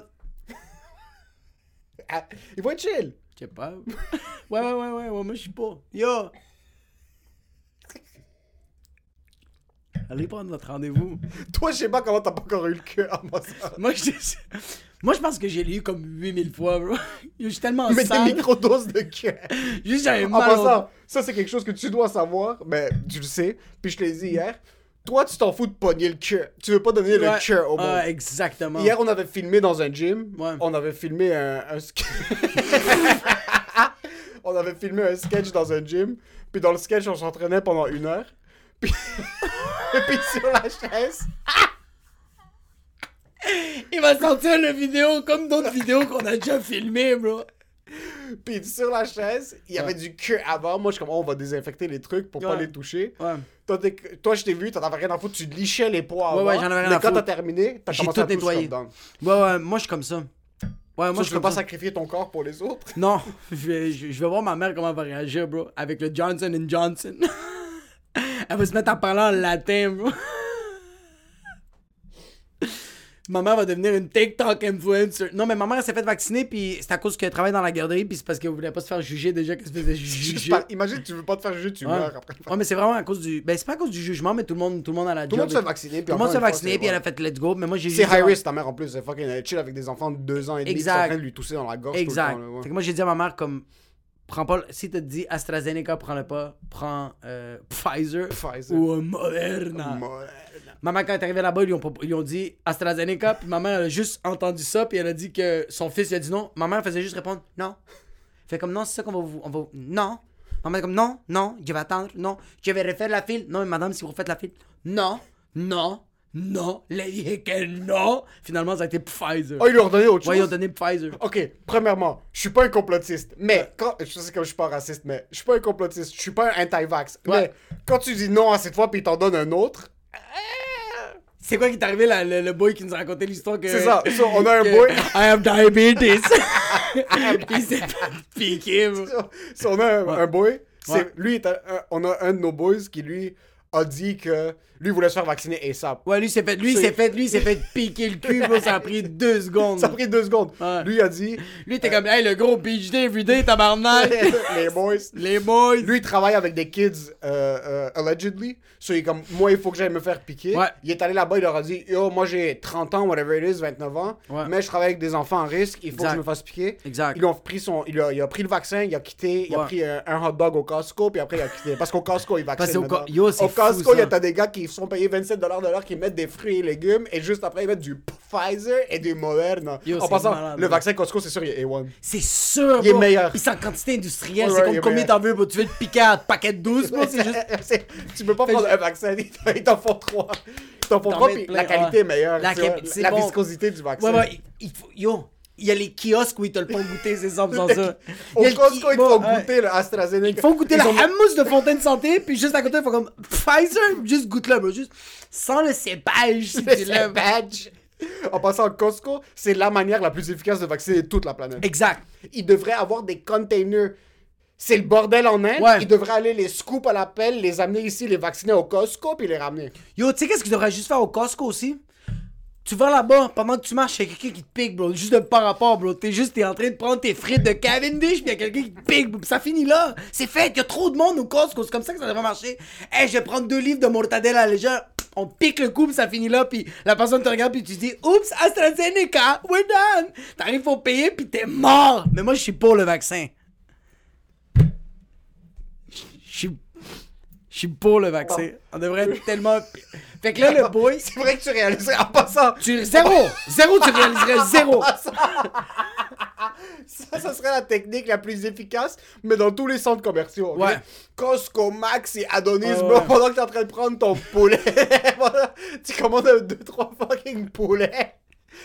Speaker 3: Ah, Ils vont être chill.
Speaker 2: Je sais pas. Ouais, ouais, ouais, ouais, ouais, moi je suis pas. Yo! Allez prendre notre rendez-vous.
Speaker 3: Toi, je sais pas comment t'as pas encore eu le cœur à moi, ça.
Speaker 2: Moi je, moi, je pense que j'ai lu comme 8000 fois, bro. Yo, Je suis tellement
Speaker 3: Mais des
Speaker 2: sale.
Speaker 3: microdoses de cœur.
Speaker 2: Juste j'avais
Speaker 3: En
Speaker 2: mal. au-
Speaker 3: passant, ça, c'est quelque chose que tu dois savoir. Mais tu le sais. Puis je te l'ai dit hier. Toi, tu t'en fous de pogner le cœur. Tu veux pas donner
Speaker 2: Ouais.
Speaker 3: le cœur au monde.
Speaker 2: Ah, exactement.
Speaker 3: Hier, on avait filmé dans un gym.
Speaker 2: Ouais.
Speaker 3: On avait filmé un, un ske- on avait filmé un sketch dans un gym. Puis dans le sketch, on s'entraînait pendant une heure. Puis, Et puis sur la chaise,
Speaker 2: Il va sortir le vidéo comme d'autres vidéos qu'on a déjà filmées, bro.
Speaker 3: puis sur la chaise, il y avait
Speaker 2: Ouais.
Speaker 3: du queue avant. Moi, je suis comme, oh, on va désinfecter les trucs pour pas
Speaker 2: Ouais.
Speaker 3: les toucher.
Speaker 2: Ouais.
Speaker 3: Toi, t'es- toi, je t'ai vu, t'en avais rien à foutre, tu lichais les poids
Speaker 2: Ouais,
Speaker 3: avant.
Speaker 2: ouais, j'en avais rien
Speaker 3: mais
Speaker 2: à
Speaker 3: quand t'as
Speaker 2: foutre.
Speaker 3: terminé, t'as
Speaker 2: J'ai
Speaker 3: commencé
Speaker 2: tout
Speaker 3: à tous
Speaker 2: nettoyé.
Speaker 3: comme dans-
Speaker 2: Ouais, ouais, moi je suis comme ça. Ouais, moi
Speaker 3: Toi,
Speaker 2: je
Speaker 3: tu
Speaker 2: suis
Speaker 3: veux
Speaker 2: comme
Speaker 3: pas
Speaker 2: ça.
Speaker 3: sacrifier ton corps pour les autres.
Speaker 2: Non, je vais, je, je vais voir ma mère comment elle va réagir, bro. Avec le Johnson Johnson. elle va se mettre à parler en latin, bro. Maman va devenir une TikTok influencer. Non, mais maman, elle s'est fait vacciner, puis c'est à cause qu'elle travaille dans la garderie, puis c'est parce qu'elle voulait pas se faire juger déjà qu'elle se faisait
Speaker 3: Juste
Speaker 2: juger.
Speaker 3: par- Imagine, tu veux pas te faire juger, tu
Speaker 2: Ouais.
Speaker 3: meurs après.
Speaker 2: Ouais, mais c'est vraiment à cause du. Ben, c'est pas à cause du jugement, mais tout le monde, tout le monde a la
Speaker 3: Tout
Speaker 2: job
Speaker 3: le monde se
Speaker 2: et
Speaker 3: fait vacciner.
Speaker 2: Tout le monde se fait vacciner, puis elle a fait let's go. Mais moi, j'ai
Speaker 3: C'est
Speaker 2: juste dit-
Speaker 3: high risk ta mère en plus, c'est fucking elle chill avec des enfants de 2 ans et demi qui sont
Speaker 2: Exact.
Speaker 3: en train de lui tousser dans la gorge. tout le
Speaker 2: Exact.
Speaker 3: temps, là, ouais.
Speaker 2: Fait que moi, j'ai dit à ma mère, comme, prends pas. le- Si t'as dit AstraZeneca, prends-le pas. Prends euh, Pfizer,
Speaker 3: Pfizer.
Speaker 2: ou euh, Moderna.
Speaker 3: Ouais.
Speaker 2: Maman, quand elle est arrivée là-bas, ils lui ont, pro- ils lui ont dit AstraZeneca, puis maman, elle a juste entendu ça, puis elle a dit que son fils lui a dit non. Maman, elle faisait juste répondre non. Fait comme non, c'est ça qu'on va vous. On va, non. Maman, est comme non, non, je vais attendre, non. Je vais refaire la file. Non, mais madame, si vous refaites la file, non, non, non. Elle a dit que non. Finalement, ça a été Pfizer.
Speaker 3: Oh, ils lui ont donné autre
Speaker 2: Ouais, ils ont
Speaker 3: chose.
Speaker 2: donné Pfizer.
Speaker 3: Ok, premièrement, je suis pas un complotiste, mais quand. Je sais que je suis pas raciste, mais je suis pas un complotiste, je suis pas un anti-vax.
Speaker 2: Ouais.
Speaker 3: Mais quand tu dis non à cette fois puis ils t'en donnent un autre,
Speaker 2: C'est quoi qui t'est arrivé, là, le, le boy qui nous a raconté l'histoire que.
Speaker 3: c'est ça. So, on a un
Speaker 2: que-
Speaker 3: boy.
Speaker 2: I have diabetes. Il s'est fait piquer, bro.
Speaker 3: si on a un,
Speaker 2: Ouais.
Speaker 3: un boy, c'est-
Speaker 2: Ouais.
Speaker 3: lui, est un- un- on a un de nos boys qui lui a dit que lui voulait se faire vacciner ASAP.
Speaker 2: Ouais, lui s'est fait, lui il
Speaker 3: C'est-
Speaker 2: s'est fait, lui il s'est fait piquer le cul, bro, ça a pris deux secondes.
Speaker 3: Ça a pris deux secondes.
Speaker 2: Mm. Ouais.
Speaker 3: Lui a dit,
Speaker 2: Lui t'es comme, hey le gros bitch day everyday tabarnak,
Speaker 3: les boys.
Speaker 2: les boys.
Speaker 3: Lui, il travaille avec des kids, euh, euh, allegedly. So, il est comme, moi, il faut que j'aille me faire piquer.
Speaker 2: Ouais.
Speaker 3: Il est allé là-bas, il leur a dit, yo, moi, j'ai 30 ans, whatever it is, 29 ans.
Speaker 2: Ouais.
Speaker 3: Mais je travaille avec des enfants en risque, il faut
Speaker 2: Exact.
Speaker 3: que je me fasse piquer.
Speaker 2: Exact.
Speaker 3: Ils lui ont pris son, il a, il a pris le vaccin, il a quitté, il a
Speaker 2: Ouais.
Speaker 3: pris un, un hot dog au Costco, puis après, il a quitté. Parce qu'au Costco, il vaccine.
Speaker 2: Parce qu'au
Speaker 3: maintenant.
Speaker 2: Co- yo, c'est
Speaker 3: Au
Speaker 2: fou,
Speaker 3: Costco,
Speaker 2: ça.
Speaker 3: il y a t'as des gars qui sont payés 27$ de l'heure, qui mettent des fruits et légumes, et juste après, ils mettent du Pfizer et du Moderna.
Speaker 2: Yo,
Speaker 3: en
Speaker 2: c'est
Speaker 3: passant,
Speaker 2: malade,
Speaker 3: le
Speaker 2: ouais.
Speaker 3: vaccin Costco, c'est sûr, il est A1.
Speaker 2: C'est sûr,
Speaker 3: Il est
Speaker 2: bro.
Speaker 3: meilleur.
Speaker 2: Puis c'est en quantité industrielle,
Speaker 3: Ouais,
Speaker 2: c'est
Speaker 3: ouais, il
Speaker 2: comme
Speaker 3: est
Speaker 2: combien
Speaker 3: meilleur.
Speaker 2: t'en veux, bro. Tu veux te piquer à paquet de 12, bro, c'est juste.
Speaker 3: C'est- tu peux pas prendre un vaccin, ils t'en- ils t'en font trois. Ils t'en font
Speaker 2: T'en
Speaker 3: trois,
Speaker 2: mets
Speaker 3: puis
Speaker 2: plein,
Speaker 3: la qualité
Speaker 2: ouais.
Speaker 3: est meilleure.
Speaker 2: La
Speaker 3: tu vois,
Speaker 2: qualité, c'est
Speaker 3: la
Speaker 2: bon.
Speaker 3: viscosité du vaccin.
Speaker 2: Ouais, ouais, il- il faut- yo, il y a les kiosques où ils te le font goûter, ces hommes sans ça.
Speaker 3: Au
Speaker 2: Il y a le
Speaker 3: Costco,
Speaker 2: ki-
Speaker 3: ils te font
Speaker 2: bon, ouais.
Speaker 3: goûter le AstraZeneca.
Speaker 2: Ils font goûter
Speaker 3: Ils
Speaker 2: la
Speaker 3: ont-
Speaker 2: hummus de Fontaine Santé, puis juste à côté, ils font comme Pfizer, juste goûte-le, bro. Juste sans le cépage, si tu
Speaker 3: C'est
Speaker 2: l'aimes.
Speaker 3: badge. En passant au Costco, c'est la manière la plus efficace de vacciner toute la planète.
Speaker 2: Exact.
Speaker 3: Ils devraient avoir des containers. C'est le bordel en Inde.
Speaker 2: Ouais.
Speaker 3: Ils devraient aller les scoop à l'appel, les amener ici, les vacciner au Costco, puis les ramener.
Speaker 2: Yo, tu sais qu'est-ce que tu devrais juste faire au Costco aussi? Tu vas là-bas, pendant que tu marches, il y a quelqu'un qui te pique, bro. Juste de par rapport, bro. T'es juste, t'es en train de prendre tes frites de Cavendish, puis il y a quelqu'un qui te pique, bro. Puis Ça finit là. C'est fait, il y a trop de monde au Costco. C'est comme ça que ça devrait marcher. Hé, je vais prendre deux livres de mortadella légère. On pique le coup, puis ça finit là, puis la personne te regarde, puis tu dis Oups, AstraZeneca, we're done. T'arrives au payer, puis t'es mort. Mais moi, je suis pour le vaccin. Je suis. Je suis pour le vaccin. On devrait être tellement. Fait que là, le boy.
Speaker 3: C'est vrai que tu réaliserais en passant.
Speaker 2: Tu... Zéro! Zéro, tu réaliserais zéro!
Speaker 3: Oh. Ça, ça serait la technique la plus efficace, mais dans tous les centres commerciaux. ok?
Speaker 2: Ouais.
Speaker 3: Costco, Max et Adonis,
Speaker 2: Ouais,
Speaker 3: bro,
Speaker 2: ouais.
Speaker 3: pendant que t'es en train de prendre ton poulet, voilà, tu commandes un, deux, trois fucking poulets.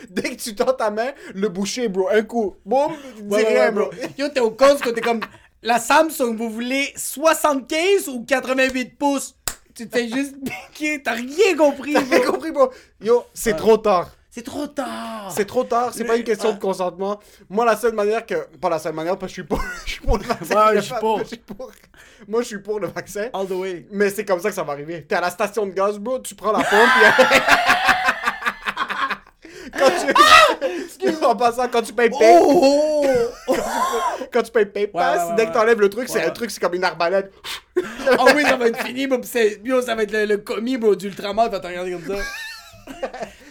Speaker 3: Dès que tu tends ta main, le boucher, bro, un coup, boum, dis
Speaker 2: Ouais, ouais,
Speaker 3: rien,
Speaker 2: ouais,
Speaker 3: bro.
Speaker 2: bro. Yo, t'es au Costco, t'es comme. La Samsung, vous voulez 75 ou 88 pouces? Tu t'es juste piqué, t'as rien compris,
Speaker 3: T'as
Speaker 2: bro.
Speaker 3: compris, bro? Yo, c'est trop tard.
Speaker 2: C'est trop tard!
Speaker 3: C'est trop tard, c'est pas une question de consentement. Moi, la seule manière que. Pas la seule manière, parce que je suis pour, je suis pour le vaccin.
Speaker 2: Ouais, je suis pour.
Speaker 3: Je suis pour. Moi, je suis pour le vaccin.
Speaker 2: All the way.
Speaker 3: Mais c'est comme ça que ça va arriver. T'es à la station de gaz, bro, tu prends la pompe. puis- quand tu. en passant, quand tu payes pay,
Speaker 2: Oh! oh.
Speaker 3: quand tu payes PayPass,
Speaker 2: Ouais, ouais, ouais,
Speaker 3: dès que t'enlèves le truc,
Speaker 2: Ouais,
Speaker 3: c'est un
Speaker 2: ouais.
Speaker 3: truc, c'est comme une arbalète.
Speaker 2: Ah oui, ça va être fini, bro. pis c'est- Yo, ça va être le, le commis, bro, d'Ultraman, il va te regarder comme ça.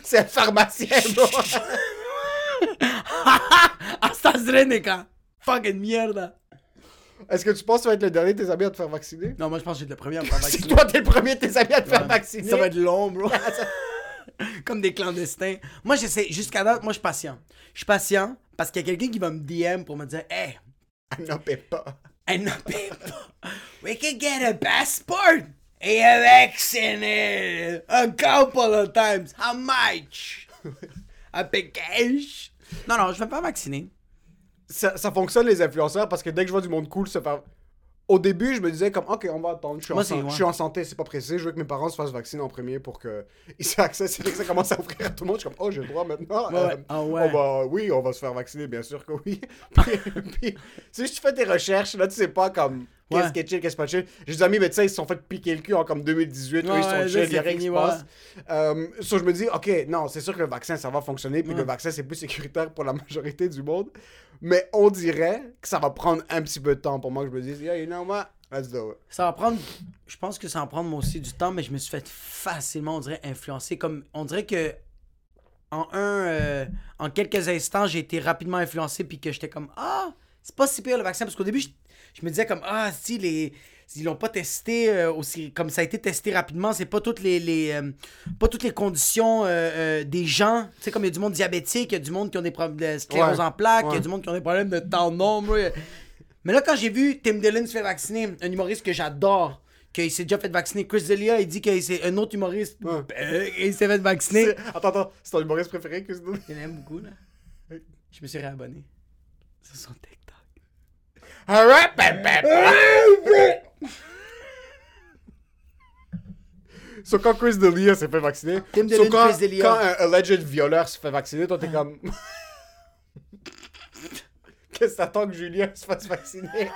Speaker 3: C'est un pharmacien, bro.
Speaker 2: AstraZeneca! Fucking merde!
Speaker 3: Est-ce que tu penses que tu vas être le dernier de tes amis à te faire vacciner?
Speaker 2: Non, moi, je pense que j'ai le premier à me faire
Speaker 3: Si
Speaker 2: vacciner.
Speaker 3: toi, t'es le premier de tes amis à te faire vacciner.
Speaker 2: Ça va être long, bro. Ah, Comme des clandestins. Moi, j'essaie, jusqu'à date, moi, je suis patient. Je suis patient parce qu'il y a quelqu'un qui va me DM pour me dire Hey,
Speaker 3: Ah, Non, paye pas.
Speaker 2: I know people. We can get a passport. Election a couple of times. How much? A package? Non, non, je vais me faire vacciner.
Speaker 3: ça, ça fonctionne les influenceurs parce que dès que je vois du monde cool se faire au début, je me disais comme, ok, on va attendre, je suis,
Speaker 2: Moi,
Speaker 3: en,
Speaker 2: c'est-
Speaker 3: san-
Speaker 2: ouais.
Speaker 3: je suis en santé, c'est pas pressé, je veux que mes parents se fassent vacciner en premier pour que ils aient accès. C'est dès que ça commence à ouvrir à tout le monde, je suis comme, oh, j'ai le droit maintenant.
Speaker 2: Ouais, ouais. Ah ouais.
Speaker 3: on va- oui, on va se faire vacciner, bien sûr que oui. puis, puis, tu sais, tu fais tes recherches, là, tu sais pas comme. Qu'est-ce
Speaker 2: Ouais.
Speaker 3: qui est chill, qu'est-ce qui est pas chill. J'ai des amis médecins, ils se sont fait piquer le cul en comme 2018, eux,
Speaker 2: Ouais,
Speaker 3: ils sont
Speaker 2: ouais, là,
Speaker 3: chill, il y
Speaker 2: c'est
Speaker 3: a rien qui se
Speaker 2: fini,
Speaker 3: passe.
Speaker 2: ouais.
Speaker 3: Euh, so, je me dis, ok, non, c'est sûr que le vaccin, ça va fonctionner, puis
Speaker 2: Ouais.
Speaker 3: le vaccin, c'est plus sécuritaire pour la majorité du monde. Mais on dirait que ça va prendre un petit peu de temps pour moi que je me dise, yeah, you know what, let's do it.
Speaker 2: Ça va prendre. Je pense que ça va prendre moi aussi du temps, mais je me suis fait facilement, on dirait, influencer. Comme, on dirait que. En un. euh, en quelques instants, j'ai été rapidement influencé, puis que j'étais comme. Ah, c'est pas si pire le vaccin. Parce qu'au début, je, je me disais comme. Ah, si, les. Ils l'ont pas testé euh, aussi. Comme ça a été testé rapidement, c'est pas toutes les. les, euh, pas toutes les conditions euh, euh, des gens. Tu sais, comme il y a du monde diabétique, il y a du monde qui ont des problèmes de sclérose
Speaker 3: Ouais,
Speaker 2: en plaques, il y
Speaker 3: ouais.
Speaker 2: a du monde qui ont des problèmes de tendons. moi, il y a- mais là, quand j'ai vu Tim Dillon se faire vacciner, un humoriste que j'adore, qu'il s'est déjà fait vacciner, Chris Delia, il dit que c'est un autre humoriste,
Speaker 3: Ouais.
Speaker 2: euh, il s'est fait vacciner.
Speaker 3: C'est- Attends, attends, c'est ton humoriste préféré que
Speaker 2: Il aime beaucoup, là. Je me suis réabonné. C'est son TikTok.
Speaker 3: Alright, bam, bam. So, quand Chris D'Elia s'est fait vacciner,
Speaker 2: Tim
Speaker 3: so,
Speaker 2: Dillon,
Speaker 3: quand,
Speaker 2: Chris D'Elia.
Speaker 3: quand un alleged violeur se fait vacciner, toi t'es comme. Qu'est-ce que t'attends que Julien se fasse vacciner?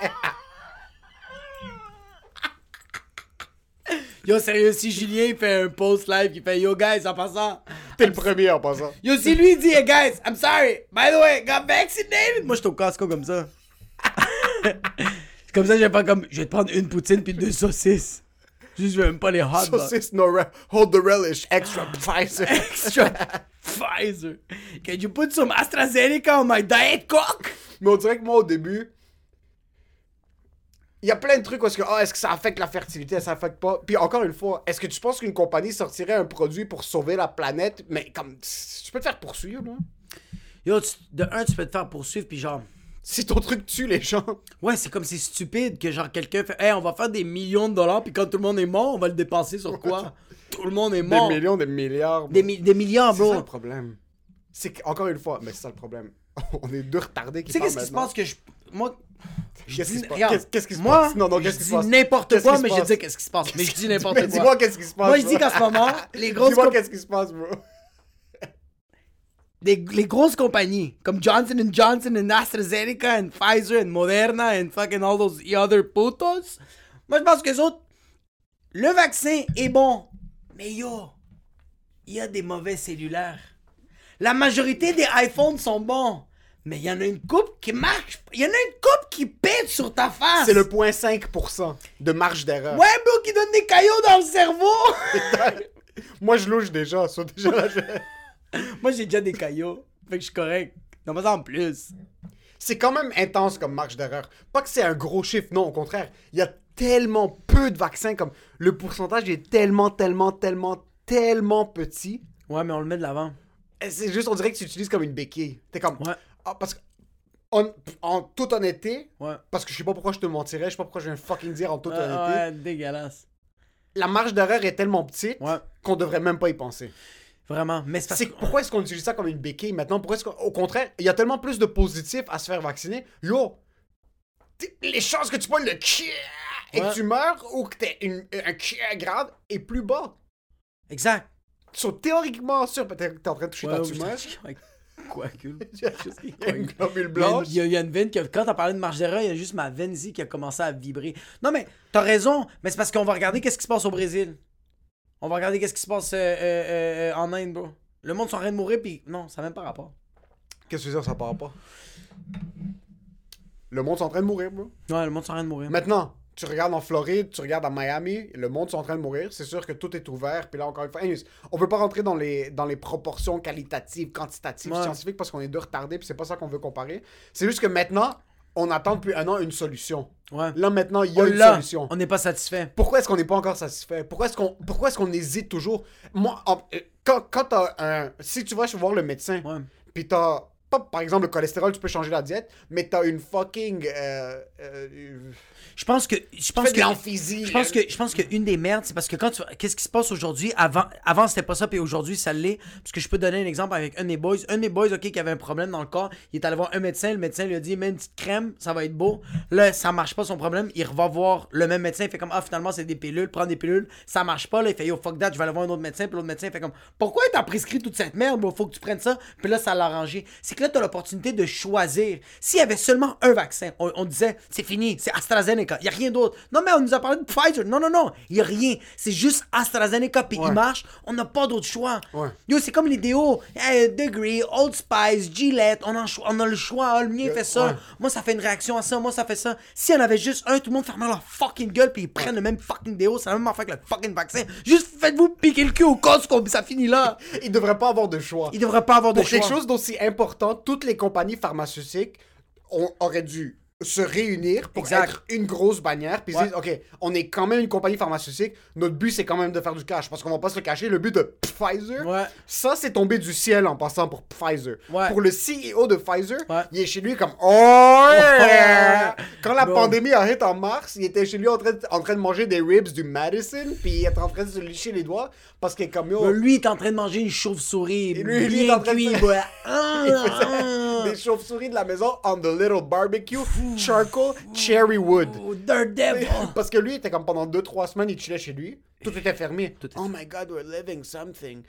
Speaker 2: Yo, sérieux, si Julien il fait un post live qui fait Yo, guys, en passant.
Speaker 3: T'es le premier en passant.
Speaker 2: Yo, si lui il dit Hey, guys, I'm sorry, by the way, got vaccinated. Moi, je suis au Costco comme ça. C'est comme ça, je vais pas comme. Je vais te prendre une poutine puis deux saucisses. Juste, je veux même pas les hot dogs.
Speaker 3: Saucisse, no re- hold the relish, Ah, bah. extra Pfizer.
Speaker 2: extra Pfizer. Can you put some AstraZeneca on my diet coke?
Speaker 3: Mais on dirait que moi, au début, il y a plein de trucs où est-ce que, ah, est-ce que ça affecte la fertilité, ça affecte pas. Puis encore une fois, est-ce que tu penses qu'une compagnie sortirait un produit pour sauver la planète, mais comme, tu peux te faire poursuivre, là?
Speaker 2: Yo, tu- de un, tu peux te faire poursuivre, puis genre,
Speaker 3: Si ton truc tue les gens,
Speaker 2: ouais, c'est comme c'est stupide que genre quelqu'un fait, hey, on va faire des millions de dollars, puis quand tout le monde est mort, on va le dépenser sur quoi? tout le monde est
Speaker 3: des
Speaker 2: mort.
Speaker 3: millions, des milliards.
Speaker 2: Des, mi- des milliards,
Speaker 3: c'est ça le
Speaker 2: bro.
Speaker 3: problème. C'est que- encore une fois, mais c'est ça le problème. On est deux retardés qui
Speaker 2: Tu sais,
Speaker 3: parlent
Speaker 2: qu'est-ce qui se
Speaker 3: maintenant.
Speaker 2: passe que je. Moi. je
Speaker 3: Qu'est-ce qui
Speaker 2: dis-
Speaker 3: se passe?
Speaker 2: regarde,
Speaker 3: Qu'est-ce- qu'est-ce qui se
Speaker 2: moi,
Speaker 3: passe? Non, non,
Speaker 2: je
Speaker 3: qu'est-ce qui se
Speaker 2: dis
Speaker 3: passe?
Speaker 2: n'importe
Speaker 3: Qu'est-ce
Speaker 2: quoi,
Speaker 3: qui se
Speaker 2: mais je
Speaker 3: passe?
Speaker 2: dis qu'est-ce qui se passe. Mais je dis
Speaker 3: Mais
Speaker 2: n'importe
Speaker 3: dis-moi
Speaker 2: quoi.
Speaker 3: qu'est-ce qui se passe.
Speaker 2: Moi, je dis
Speaker 3: bro.
Speaker 2: qu'en ce moment, les grosses
Speaker 3: Dis-moi
Speaker 2: comp-
Speaker 3: qu'est-ce qui se passe, bro.
Speaker 2: des, les grosses compagnies comme Johnson Johnson and AstraZeneca and Pfizer and Moderna and fucking all those other putos. Moi, je pense que les autres, le vaccin est bon, mais yo, il y a des mauvais cellulaires. La majorité des iPhones sont bons, mais il y en a une coupe qui marche. Il y en a une coupe qui pète sur ta face.
Speaker 3: C'est le 0.5% de marge d'erreur.
Speaker 2: Ouais, bro, qui donne des caillots dans le cerveau.
Speaker 3: Moi, je louche déjà. ça, déjà là, je-
Speaker 2: Moi, j'ai déjà des caillots, fait que je suis correct. Non, mais en plus.
Speaker 3: C'est quand même intense comme marge d'erreur. Pas que c'est un gros chiffre, non, au contraire. Il y a tellement peu de vaccins, comme le pourcentage est tellement, tellement, tellement, tellement petit.
Speaker 2: Ouais, mais on le met de l'avant.
Speaker 3: Et C'est juste, on dirait que tu utilises comme une béquille. T'es comme.
Speaker 2: Ouais.
Speaker 3: Ah, parce que. En, en toute honnêteté,
Speaker 2: Ouais.
Speaker 3: parce que je sais pas pourquoi je te mentirais, je sais pas pourquoi je viens fucking dire en toute honnêteté,
Speaker 2: Euh, Ouais, dégueulasse.
Speaker 3: la marge d'erreur est tellement petite
Speaker 2: Ouais.
Speaker 3: qu'on devrait même pas y penser.
Speaker 2: Vraiment. Mais c'est parce
Speaker 3: C'est
Speaker 2: que-
Speaker 3: pourquoi est-ce qu'on utilise ça comme une béquille maintenant Pourquoi est-ce qu'on- au contraire, il y a tellement plus de positifs à se faire vacciner. Yo, t'es- les chances que tu pognes le kia et
Speaker 2: Ouais.
Speaker 3: que tu meurs ou que t'aies une- un kia grave est plus bas.
Speaker 2: Exact.
Speaker 3: So, théoriquement, sûr, t'es t'es en train de toucher ta
Speaker 2: je-
Speaker 3: tumeur.
Speaker 2: Quoi, cul.
Speaker 3: Il y a-
Speaker 2: Il
Speaker 3: il y a une globule
Speaker 2: y a-
Speaker 3: blanche.
Speaker 2: il y, a- il y a une veine que quand t'as parlé de marge d'erreur, il y a juste ma veine ici qui a commencé à vibrer. Non mais t'as raison, mais c'est parce qu'on va regarder qu'est-ce qui se passe au Brésil. On va regarder qu'est-ce qui se passe euh, euh, euh, en Inde, bro. Le monde sont en train de mourir puis non, ça n'a même pas rapport.
Speaker 3: Qu'est-ce que ça, ça part pas Le monde est en train de mourir, bro.
Speaker 2: Ouais, le monde sont en train de mourir.
Speaker 3: Maintenant, tu regardes en Floride, tu regardes à Miami, le monde est en train de mourir. C'est sûr que tout est ouvert. Puis là, encore une fois, anyways, on peut pas rentrer dans les, dans les proportions qualitatives, quantitatives,
Speaker 2: Ouais.
Speaker 3: scientifiques parce qu'on est deux retardés. Puis c'est pas ça qu'on veut comparer. C'est juste que maintenant, on attend depuis un an une solution.
Speaker 2: Ouais.
Speaker 3: Là, maintenant, il y a
Speaker 2: On
Speaker 3: une
Speaker 2: l'a.
Speaker 3: solution.
Speaker 2: On n'est pas satisfait.
Speaker 3: Pourquoi est-ce qu'on n'est pas encore satisfait Pourquoi est-ce qu'on pourquoi est-ce qu'on hésite toujours Moi, en- euh, quand, quand t'as un. Si tu vas voir le médecin,
Speaker 2: Ouais.
Speaker 3: puis t'as pas, par exemple, le cholestérol, tu peux changer la diète, mais t'as une fucking. Euh, euh,
Speaker 2: Je pense que. Je pense
Speaker 3: fais de
Speaker 2: que.
Speaker 3: l'emphysie.
Speaker 2: Je pense que je pense qu'une des merdes, c'est parce que quand tu qu'est-ce qui se passe aujourd'hui avant avant c'était pas ça puis aujourd'hui ça l'est parce que je peux donner un exemple avec un de mes boys, un de mes boys OK qui avait un problème dans le corps, il est allé voir un médecin, le médecin lui a dit mets une petite crème, ça va être beau. Là, ça marche pas son problème, il va voir le même médecin, il fait comme ah finalement c'est des pilules, prends des pilules, ça marche pas là, il fait yo fuck that, je vais aller voir un autre médecin, puis l'autre médecin fait comme pourquoi t'as prescrit toute cette merde, bro? faut que tu prennes ça, puis là ça l'a arrangé. C'est que là t'as l'opportunité de choisir. S'il y avait seulement un vaccin, on, on disait c'est fini, c'est AstraZeneca, il y a rien d'autre. Non mais on nous a parlé de Pfizer. Non non non, il y a rien, c'est juste AstraZeneca puis
Speaker 3: Ouais.
Speaker 2: il marche, on n'a pas d'autre choix.
Speaker 3: Ouais.
Speaker 2: Yo, c'est comme les déos, Eh, Degree, Old Spice, Gillette, on, en cho- on a le choix, Ah, le mien fait ça.
Speaker 3: ouais.
Speaker 2: Moi ça fait une réaction à ça, moi ça fait ça. Si on avait juste un, tout le monde fermait leur fucking gueule puis ils prennent le même fucking déo, c'est la même affaire que le fucking vaccin. Juste faites-vous piquer le cul au Costco, puis ça finit là.
Speaker 3: Il devrait pas avoir de choix.
Speaker 2: Il devrait pas avoir de
Speaker 3: Pour quelque
Speaker 2: choix.
Speaker 3: chose d'aussi important, toutes les compagnies pharmaceutiques ont- auraient dû se réunir pour
Speaker 2: Exact.
Speaker 3: être une grosse bannière puis se
Speaker 2: Ouais.
Speaker 3: dire ok on est quand même une compagnie pharmaceutique notre but c'est quand même de faire du cash parce qu'on va pas se le cacher le but de Pfizer
Speaker 2: Ouais.
Speaker 3: ça c'est tombé du ciel en passant pour Pfizer
Speaker 2: Ouais.
Speaker 3: pour le CEO de Pfizer
Speaker 2: Ouais.
Speaker 3: il est chez lui comme oh yeah!
Speaker 2: Ouais.
Speaker 3: quand la
Speaker 2: Bon.
Speaker 3: pandémie a hit en mars il était chez lui en train de, en train de manger des ribs du Madison puis être en train de se licher les doigts parce que comme yo,
Speaker 2: Mais lui, il est en train de manger une chauve-souris.
Speaker 3: Et lui, lui,
Speaker 2: bien
Speaker 3: il est en train de
Speaker 2: cuit,
Speaker 3: faire-
Speaker 2: boy. Ah,
Speaker 3: Il faisait
Speaker 2: ah.
Speaker 3: des chauves-souris de la maison on the little barbecue charcoal cherry wood.
Speaker 2: Oh, Daredevil.
Speaker 3: Parce que lui, il était comme pendant 2-3 semaines, il chillait chez lui. Tout était fermé.
Speaker 2: était
Speaker 3: oh my god, we're living something.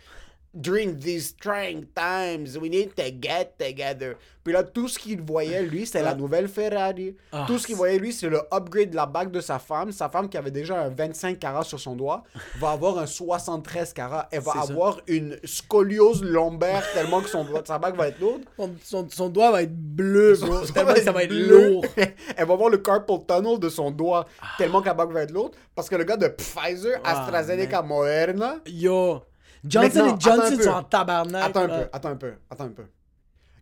Speaker 3: During these trying times, we need to get together. Puis là, tout ce qu'il voyait, lui, c'était la nouvelle Ferrari.
Speaker 2: Ah,
Speaker 3: tout ce qu'il voyait, lui, c'est le upgrade de la bague de sa femme. Sa femme qui avait déjà un 25 carats sur son doigt va avoir un 73 carats. Elle va
Speaker 2: C'est ça.
Speaker 3: avoir une scoliose lombaire tellement que son doigt, sa bague va être lourde.
Speaker 2: Son, Oh, son- son doigt va être bleu, bro.
Speaker 3: Son
Speaker 2: Tellement
Speaker 3: doigt
Speaker 2: que ça va être
Speaker 3: bleu.
Speaker 2: lourd.
Speaker 3: Elle va voir le carpal tunnel de son doigt tellement que la bague va être lourde. Parce que le gars de Pfizer,
Speaker 2: Ah,
Speaker 3: AstraZeneca, Moderna.
Speaker 2: Yo. Johnson
Speaker 3: Maintenant,
Speaker 2: et
Speaker 3: attends un
Speaker 2: Johnson
Speaker 3: peu.
Speaker 2: sont en tabarnak.
Speaker 3: Attends un
Speaker 2: là.
Speaker 3: peu, attends un peu, attends un peu.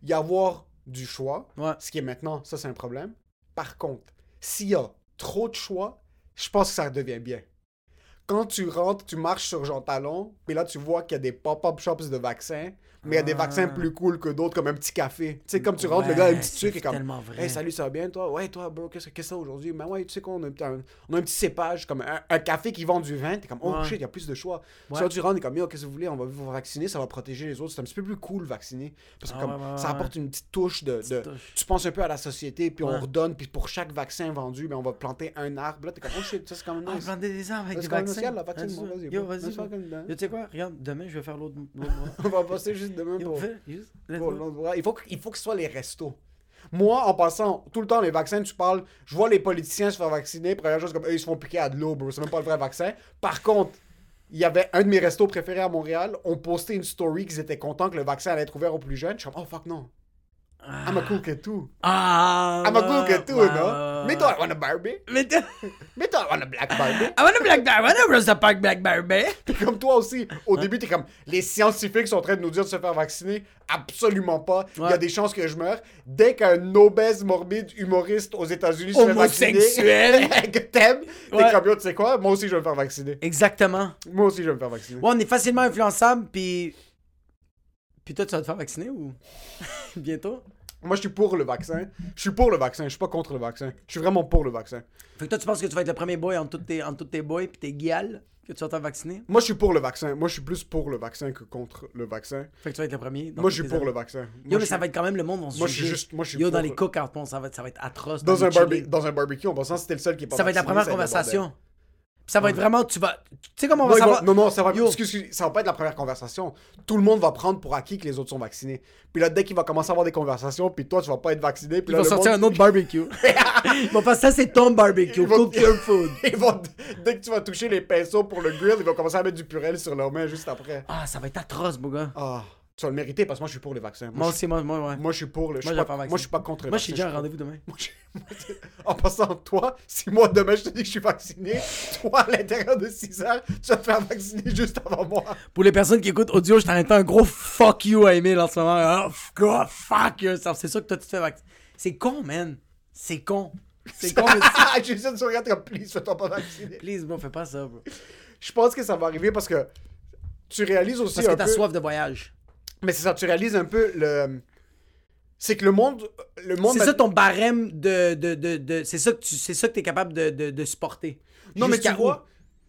Speaker 3: Y avoir du choix,
Speaker 2: Ouais.
Speaker 3: ce qui est maintenant, ça c'est un problème. Par contre, s'il y a trop de choix, je pense que ça devient bien. Quand tu rentres, tu marches sur Jean Talon, puis là tu vois qu'il y a des pop-up shops de vaccins, mais il y a des
Speaker 2: Ah.
Speaker 3: vaccins plus cool que d'autres, comme un petit café. Tu sais, comme tu rentres, le
Speaker 2: Ouais,
Speaker 3: gars a une petite
Speaker 2: c'est
Speaker 3: truc et comme.
Speaker 2: tellement vrai.
Speaker 3: Hey, salut, ça va bien toi? Ouais, toi, bro, qu'est-ce que qu'est-ce que c'est aujourd'hui? Mais ouais, tu sais quoi, on a, un, petit- un- on a un petit cépage, comme un, un café qui vend du vin, t'es comme, oh
Speaker 2: Ouais.
Speaker 3: shit, il y a plus de choix.
Speaker 2: Ouais.
Speaker 3: Soit tu rentres, t'es comme, yo, qu'est-ce que vous voulez? On va vous vacciner, ça va protéger les autres. C'est un petit peu plus cool vacciner. Parce que
Speaker 2: Ah,
Speaker 3: comme,
Speaker 2: ouais, ouais,
Speaker 3: ça
Speaker 2: ouais,
Speaker 3: apporte une petite touche de. de-
Speaker 2: touche.
Speaker 3: Tu penses un peu à la société, puis
Speaker 2: Ouais.
Speaker 3: on redonne, puis pour chaque vaccin vendu, mais on va planter un arbre. Là, t'es comme, oh shit, ça c'est quand même
Speaker 2: Ah,
Speaker 3: nice.
Speaker 2: planter des arbres avec
Speaker 3: Parce
Speaker 2: des
Speaker 3: qu'on a le
Speaker 2: vaccins.
Speaker 3: ciel, la vaccine,
Speaker 2: Ah,
Speaker 3: bon, vas-y,
Speaker 2: Yo,
Speaker 3: bon,
Speaker 2: vas-y.
Speaker 3: laisse faire
Speaker 2: bro.
Speaker 3: comme dedans.
Speaker 2: Yo, Tu sais quoi? Regarde, demain, je vais faire l'autre l'autre bras.
Speaker 3: on va passer juste demain
Speaker 2: Yo,
Speaker 3: pour.
Speaker 2: fais, juste, let's
Speaker 3: Pour
Speaker 2: go.
Speaker 3: l'autre bras. Il faut, que- il faut que ce soit les restos. Moi, en passant, tout le temps, les vaccins, tu parles, je vois les politiciens se faire vacciner, première chose, comme eux, ils se font piquer à de l'eau, bro, c'est même pas le vrai vaccin. Par contre, il y avait un de mes restos préférés à Montréal, on postait une story qu'ils étaient contents que le vaccin allait être ouvert aux plus jeunes. Je suis comme, oh fuck non. I'm a cool kid too.
Speaker 2: Ah,
Speaker 3: I'm a cool
Speaker 2: ouais,
Speaker 3: kid too,
Speaker 2: ouais,
Speaker 3: hein, non?
Speaker 2: ouais,
Speaker 3: Mets-toi, I want a Barbie.
Speaker 2: ouais. Mais toi-
Speaker 3: Mets-toi, I want a black Barbie.
Speaker 2: I want a Ah, black bear. I want a Rosa Parks black ben. bear, man.
Speaker 3: Puis comme toi aussi, au
Speaker 2: Hein?
Speaker 3: début, t'es comme, les scientifiques sont en train de nous dire de se faire vacciner. Absolument pas. Il y a
Speaker 2: Ouais.
Speaker 3: des chances que je meure. Dès qu'un obèse morbide humoriste aux États-Unis se fait vacciner,
Speaker 2: Homosexuel.
Speaker 3: que t'aimes, t'es
Speaker 2: Ouais.
Speaker 3: comme, yo, tu sais quoi, moi aussi, je vais me faire vacciner.
Speaker 2: Exactement.
Speaker 3: Moi aussi, je vais me faire vacciner.
Speaker 2: Ouais, on est facilement influençable, puis. Puis toi, tu vas te faire vacciner ou. Bientôt?
Speaker 3: Moi, je suis pour le vaccin. Je suis pour le vaccin. Je suis pas contre le vaccin. Je suis vraiment pour le vaccin.
Speaker 2: Fait que toi, tu penses que tu vas être le premier boy en toutes tes, en toutes tes boys, puis tes guiales, que tu vas te faire vacciner?
Speaker 3: Moi, je suis pour le vaccin. Moi, je suis plus pour le vaccin que contre le vaccin.
Speaker 2: Fait que tu vas être le premier. dans
Speaker 3: Moi,
Speaker 2: toutes
Speaker 3: je suis
Speaker 2: tes
Speaker 3: pour le
Speaker 2: amis.
Speaker 3: vaccin.
Speaker 2: Yo,
Speaker 3: Moi,
Speaker 2: mais
Speaker 3: je
Speaker 2: ça
Speaker 3: suis-
Speaker 2: va être quand même le monde, on se
Speaker 3: Moi, je suis
Speaker 2: juger.
Speaker 3: juste- moi, je suis
Speaker 2: Yo,
Speaker 3: pour
Speaker 2: dans
Speaker 3: le-
Speaker 2: les cookouts, bon, ça va, être- ça va être atroce.
Speaker 3: dans
Speaker 2: les
Speaker 3: un, barbe-
Speaker 2: chili.
Speaker 3: dans un barbecue, en passant, c'était le seul qui est pas hein,
Speaker 2: Ça va être la
Speaker 3: vacciné,
Speaker 2: première
Speaker 3: ça va être le bordel.
Speaker 2: conversation. Puis ça va être vraiment, tu vas. Tu sais comment on
Speaker 3: Non,
Speaker 2: va
Speaker 3: ils vont-
Speaker 2: savoir.
Speaker 3: non, non, ça va,
Speaker 2: Yo.
Speaker 3: excuse, excuse, ça va pas être la première conversation. Tout le monde va prendre pour acquis que les autres sont vaccinés. Puis là, dès qu'il va commencer à avoir des conversations, puis toi, tu vas pas être vacciné. Puis
Speaker 2: Ils
Speaker 3: là,
Speaker 2: vont
Speaker 3: le
Speaker 2: sortir
Speaker 3: monde-
Speaker 2: un autre barbecue. Ils vont faire ça, c'est ton barbecue.
Speaker 3: Ils vont-
Speaker 2: Cook your food.
Speaker 3: Ils vont- Dès que tu vas toucher les pinceaux pour le grill, ils vont commencer à mettre du purel sur leurs mains juste après.
Speaker 2: Ah, ça va être atroce, beau gars.
Speaker 3: Ah, tu vas le mériter parce que moi, je suis pour les vaccins.
Speaker 2: Moi
Speaker 3: Moi,
Speaker 2: aussi, moi, moi, ouais.
Speaker 3: je, moi, je suis pour le. je
Speaker 2: Moi, je
Speaker 3: suis pas-
Speaker 2: vais faire vacciner.
Speaker 3: moi, je suis pas contre le
Speaker 2: Moi, je suis
Speaker 3: vaccin,
Speaker 2: déjà un
Speaker 3: je suis
Speaker 2: rendez-vous demain.
Speaker 3: pour- moi, je- moi, je- en passant, toi, si moi demain je te dis que je suis vacciné, toi à l'intérieur de 6 heures, tu vas te faire vacciner juste avant moi.
Speaker 2: Pour les personnes qui écoutent audio, je t'arrête un gros fuck you à Emile en ce moment. Oh, f- go, fuck yourself. C'est sûr que toi, tu te fais vacciner. C'est con, man. C'est con. C'est con, mais c'est-
Speaker 3: je suis sûr que tu regardes comme, please, fais-toi pas vacciner.
Speaker 2: Please, bro, fais pas ça, bro.
Speaker 3: je pense que ça va arriver parce que tu réalises aussi
Speaker 2: Parce que
Speaker 3: un
Speaker 2: t'as
Speaker 3: peu-
Speaker 2: soif de voyage.
Speaker 3: Mais c'est ça, tu réalises un peu le... C'est que le monde. Le monde ben,
Speaker 2: C'est ça ton barème de. de, de, de- c'est ça que tu c'est ça que es capable de, de, de supporter.
Speaker 3: Non, mais tu
Speaker 2: Jusqu'à où?
Speaker 3: vois,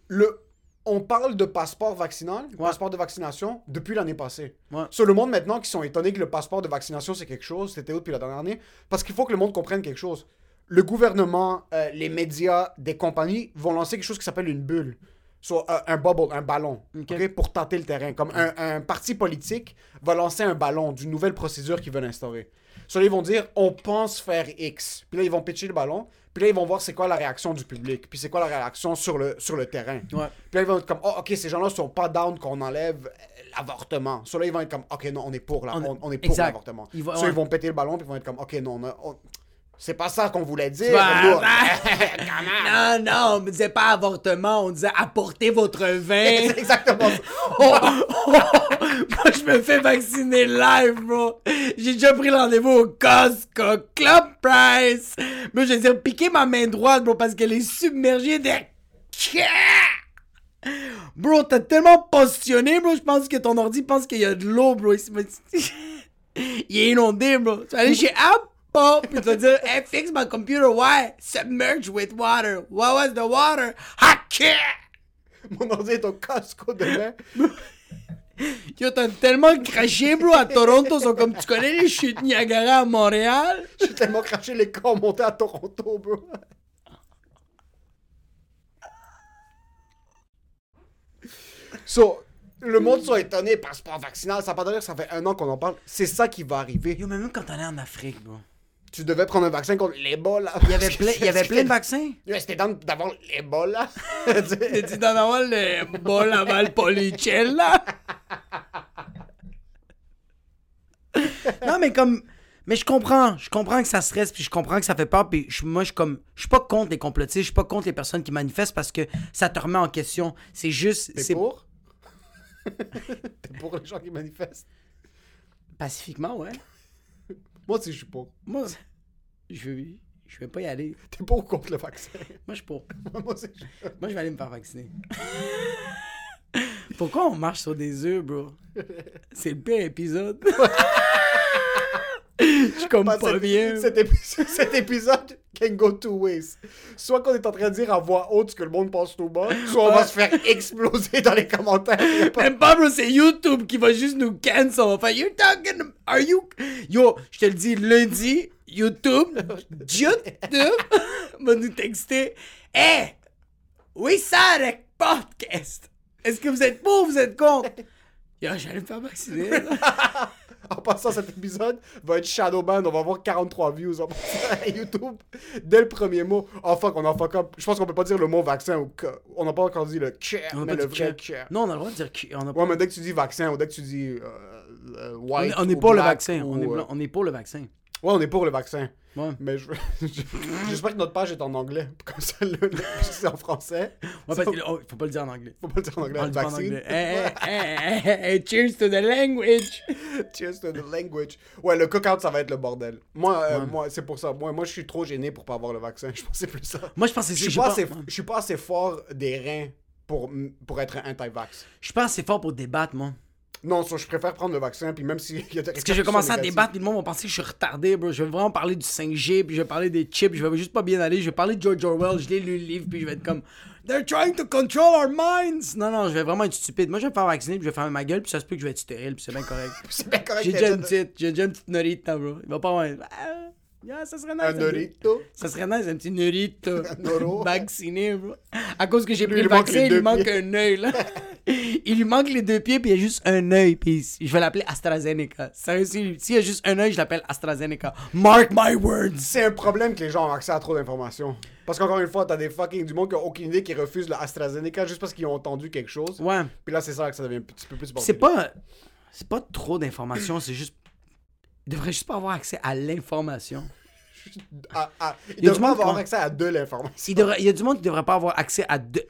Speaker 3: le... on parle de passeport vaccinal,
Speaker 2: Ouais.
Speaker 3: passeport de vaccination, depuis l'année passée.
Speaker 2: Ouais.
Speaker 3: Sur le monde maintenant qui sont étonnés que le passeport de vaccination, c'est quelque chose, c'était où depuis la dernière année, parce qu'il faut que le monde comprenne quelque chose. Le gouvernement, euh, les médias, des compagnies vont lancer quelque chose qui s'appelle une bulle. Soit euh, un bubble, un ballon,
Speaker 2: Ok.
Speaker 3: ok, pour tenter le terrain. Comme un, un parti politique va lancer un ballon d'une nouvelle procédure qu'ils veulent instaurer. Sur là, ils vont dire, on pense faire X. Puis là, ils vont pitcher le ballon. Puis là, ils vont voir c'est quoi la réaction du public. Puis c'est quoi la réaction sur le, sur le terrain.
Speaker 2: Ouais.
Speaker 3: Puis là, ils vont être comme, oh, ok, ces gens-là sont pas down qu'on enlève euh, l'avortement. Sur là, ils vont être comme, ok, non, on est pour la-
Speaker 2: On-
Speaker 3: on, on est pour
Speaker 2: exact.
Speaker 3: l'avortement.
Speaker 2: Ils vont-
Speaker 3: Sur,
Speaker 2: ouais.
Speaker 3: ils vont péter le ballon, puis ils vont être comme, ok, non, on a- on- c'est pas ça qu'on voulait dire.
Speaker 2: Bah,
Speaker 3: lourd.
Speaker 2: bah. non, non, on me disait pas avortement, on disait apportez votre vin.
Speaker 3: c'est exactement ça.
Speaker 2: Oh, oh, moi, je me fais vacciner live, bro. J'ai déjà pris le rendez-vous au Costco Club Price. Mais je veux dire, piquer ma main droite, bro, parce qu'elle est submergée de... Bro, t'as tellement positionné, bro. Je pense que ton ordi pense qu'il y a de l'eau, bro. Il est inondé, bro. Tu vas aller chez Apple, puis tu vas dire, hey, fix my computer, why? Submerged with water. What was the water? Hacker!
Speaker 3: Mon ordi est au Costco demain.
Speaker 2: Yo, t'as tellement craché, bro, à Toronto. Ils sont comme, tu connais les chutes Niagara à Montréal?
Speaker 3: J'ai tellement craché les corps montés à Toronto, bro. So, le monde soit étonné, passeport vaccinal, ça n'a pas d'allure, ça fait un an qu'on en parle. C'est ça qui va arriver.
Speaker 2: Yo, mais même quand t'allais en Afrique, bro.
Speaker 3: Tu devais prendre un vaccin contre l'Ebola.
Speaker 2: Il y avait plein, il y avait plein de vaccins.
Speaker 3: vaccins. C'était dans- d'avoir l'Ebola.
Speaker 2: T'as dit d'en avoir le bol avant le policella? non, mais comme. Mais je comprends, je comprends que ça stresse, puis je comprends que ça fait peur, puis je- moi, je suis comme, je suis pas contre les complotistes, je suis pas contre les personnes qui manifestent parce que ça te remet en question. C'est juste,
Speaker 3: T'es
Speaker 2: c'est
Speaker 3: pour? T'es pour les gens qui manifestent?
Speaker 2: pacifiquement, ouais.
Speaker 3: Moi aussi, je suis pour.
Speaker 2: Moi, je vais, je vais pas y aller.
Speaker 3: T'es pour ou contre le vaccin?
Speaker 2: Moi, je suis pour.
Speaker 3: Moi aussi, je suis pour.
Speaker 2: Moi, je vais aller me faire vacciner. Pourquoi on marche sur des œufs, bro? C'est le pire épisode. je suis comme
Speaker 3: Bah,
Speaker 2: pas
Speaker 3: cet-
Speaker 2: bien.
Speaker 3: Cet, épi- cet épisode can go two ways. Soit qu'on est en train de dire à voix haute ce que le monde pense tout bas, soit on va se faire exploser dans les commentaires.
Speaker 2: Même pas, bro, c'est YouTube qui va juste nous cancel. On va faire, you talking, are you... Yo, je te le dis, lundi, YouTube, YouTube va nous texter, hey, oui, ça, avec podcast. Est-ce que vous êtes pour ou vous êtes contre? Yo, j'allais me faire vacciner. là.
Speaker 3: En passant, cet épisode va être Shadowban. On va avoir 43 views en passant à YouTube. Dès le premier mot. Oh fuck, on en fuck up. Je pense qu'on peut pas dire le mot vaccin ou que- On n'a pas encore dit le cœur,
Speaker 2: On a
Speaker 3: mais
Speaker 2: pas
Speaker 3: le
Speaker 2: dit
Speaker 3: vrai
Speaker 2: que-
Speaker 3: cœur.
Speaker 2: Non, on a le droit de dire que- on a pas-
Speaker 3: Ouais, mais dès que tu dis vaccin ou dès que tu dis euh, euh,
Speaker 2: On
Speaker 3: white.
Speaker 2: est, on est
Speaker 3: ou
Speaker 2: pour le
Speaker 3: black
Speaker 2: vaccin.
Speaker 3: ou,
Speaker 2: on, est
Speaker 3: euh,
Speaker 2: blanc- on est pour le vaccin.
Speaker 3: Ouais, on est pour le vaccin.
Speaker 2: Ouais.
Speaker 3: Mais je- j'espère que notre page est en anglais. Comme ça, le, le- c'est en français.
Speaker 2: Ouais,
Speaker 3: Ça,
Speaker 2: parce que- oh, faut pas le dire en anglais.
Speaker 3: Faut pas le dire en anglais.
Speaker 2: On
Speaker 3: le
Speaker 2: le dit pas en
Speaker 3: vaccin.
Speaker 2: anglais. Eh, Hey, hey, hey, hey, hey, eh, cheers to the language.
Speaker 3: Cheers to the language. Ouais, le cook-out, ça va être le bordel. Moi, euh, moi c'est pour ça. Moi, moi, je suis trop gêné pour pas avoir le vaccin. Je pense que c'est plus ça.
Speaker 2: Moi, je pense que
Speaker 3: Je
Speaker 2: c'est
Speaker 3: suis
Speaker 2: j'ai
Speaker 3: pas,
Speaker 2: pas-
Speaker 3: assez, je suis pas assez fort des reins pour, m- pour être un anti-vax.
Speaker 2: Je pense que c'est fort pour débattre, moi.
Speaker 3: Non, so, je préfère prendre le vaccin, puis même s'il y a des
Speaker 2: Parce que je vais commencer à débattre, puis le monde va penser que je suis retardé, bro. Je vais vraiment parler du 5G, puis je vais parler des chips, je vais juste pas bien aller. Je vais parler de George Orwell, je l'ai lu le livre, puis je vais être comme They're trying to control our minds. Non, non, je vais vraiment être stupide. Moi, je vais me faire vacciner, puis je vais fermer ma gueule, puis ça se peut que je vais être stérile, puis c'est bien correct.
Speaker 3: C'est bien correct.
Speaker 2: J'ai
Speaker 3: t'as
Speaker 2: déjà
Speaker 3: dit
Speaker 2: une petite, j'ai déjà une petite norita, bro. Il va pas avoir. Ah, yeah, ça serait nice.
Speaker 3: Un Norito.
Speaker 2: Ça serait nice, un petit norito.
Speaker 3: noro.
Speaker 2: Vacciné, bro. À cause que j'ai pris
Speaker 3: lui
Speaker 2: le
Speaker 3: manque les
Speaker 2: vaccin, il
Speaker 3: deux
Speaker 2: lui manque
Speaker 3: pieds.
Speaker 2: un œil, là. Il lui manque les deux pieds, puis il y a juste un œil. Puis je vais l'appeler AstraZeneca. Sérieux, si- s'il y a juste un œil, je l'appelle AstraZeneca. Mark my words.
Speaker 3: C'est un problème que les gens ont accès à trop d'informations. Parce qu'encore une fois, t'as des fucking du monde qui ont aucune idée qui refusent le AstraZeneca juste parce qu'ils ont entendu quelque chose.
Speaker 2: Ouais.
Speaker 3: Puis là, c'est ça que ça devient un petit peu plus
Speaker 2: C'est
Speaker 3: bordélique.
Speaker 2: pas. C'est pas trop d'informations, c'est juste. Il devrait juste pas avoir accès à l'information.
Speaker 3: Ah, ah, Ils
Speaker 2: y a du
Speaker 3: devraient
Speaker 2: monde
Speaker 3: avoir
Speaker 2: qui-
Speaker 3: accès à de l'information.
Speaker 2: Il, devrait- il y a du monde qui devrait pas avoir accès à. deux-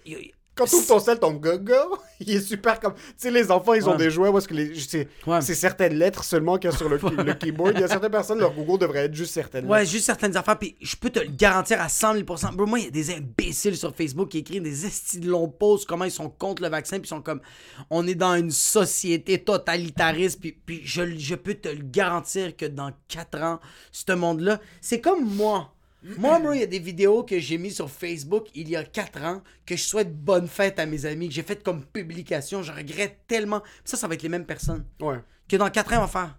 Speaker 3: Quand tu ton sel, ton gogo, il est super comme. Tu sais, les enfants, ils ont
Speaker 2: Ouais.
Speaker 3: des jouets parce que les... c'est
Speaker 2: Ouais.
Speaker 3: c'est certaines lettres seulement qu'il y a sur le, key- le keyboard. Il y a certaines personnes, leur Google devrait être juste certaines
Speaker 2: Ouais,
Speaker 3: lettres.
Speaker 2: juste certaines affaires, puis je peux te le garantir à 100 000 Bro, moi, il y a des imbéciles sur Facebook qui écrivent des estis de longs posts, comment ils sont contre le vaccin, puis ils sont comme, on est dans une société totalitariste, puis, puis je, je peux te le garantir que dans 4 ans, ce monde-là, c'est comme moi. Moi, bro, il y a des vidéos que j'ai mis sur Facebook il y a 4 ans que je souhaite bonne fête à mes amis, que j'ai faites comme publication, je regrette tellement. Ça, ça va être les mêmes personnes
Speaker 3: Ouais.
Speaker 2: que dans 4 ans, on va faire.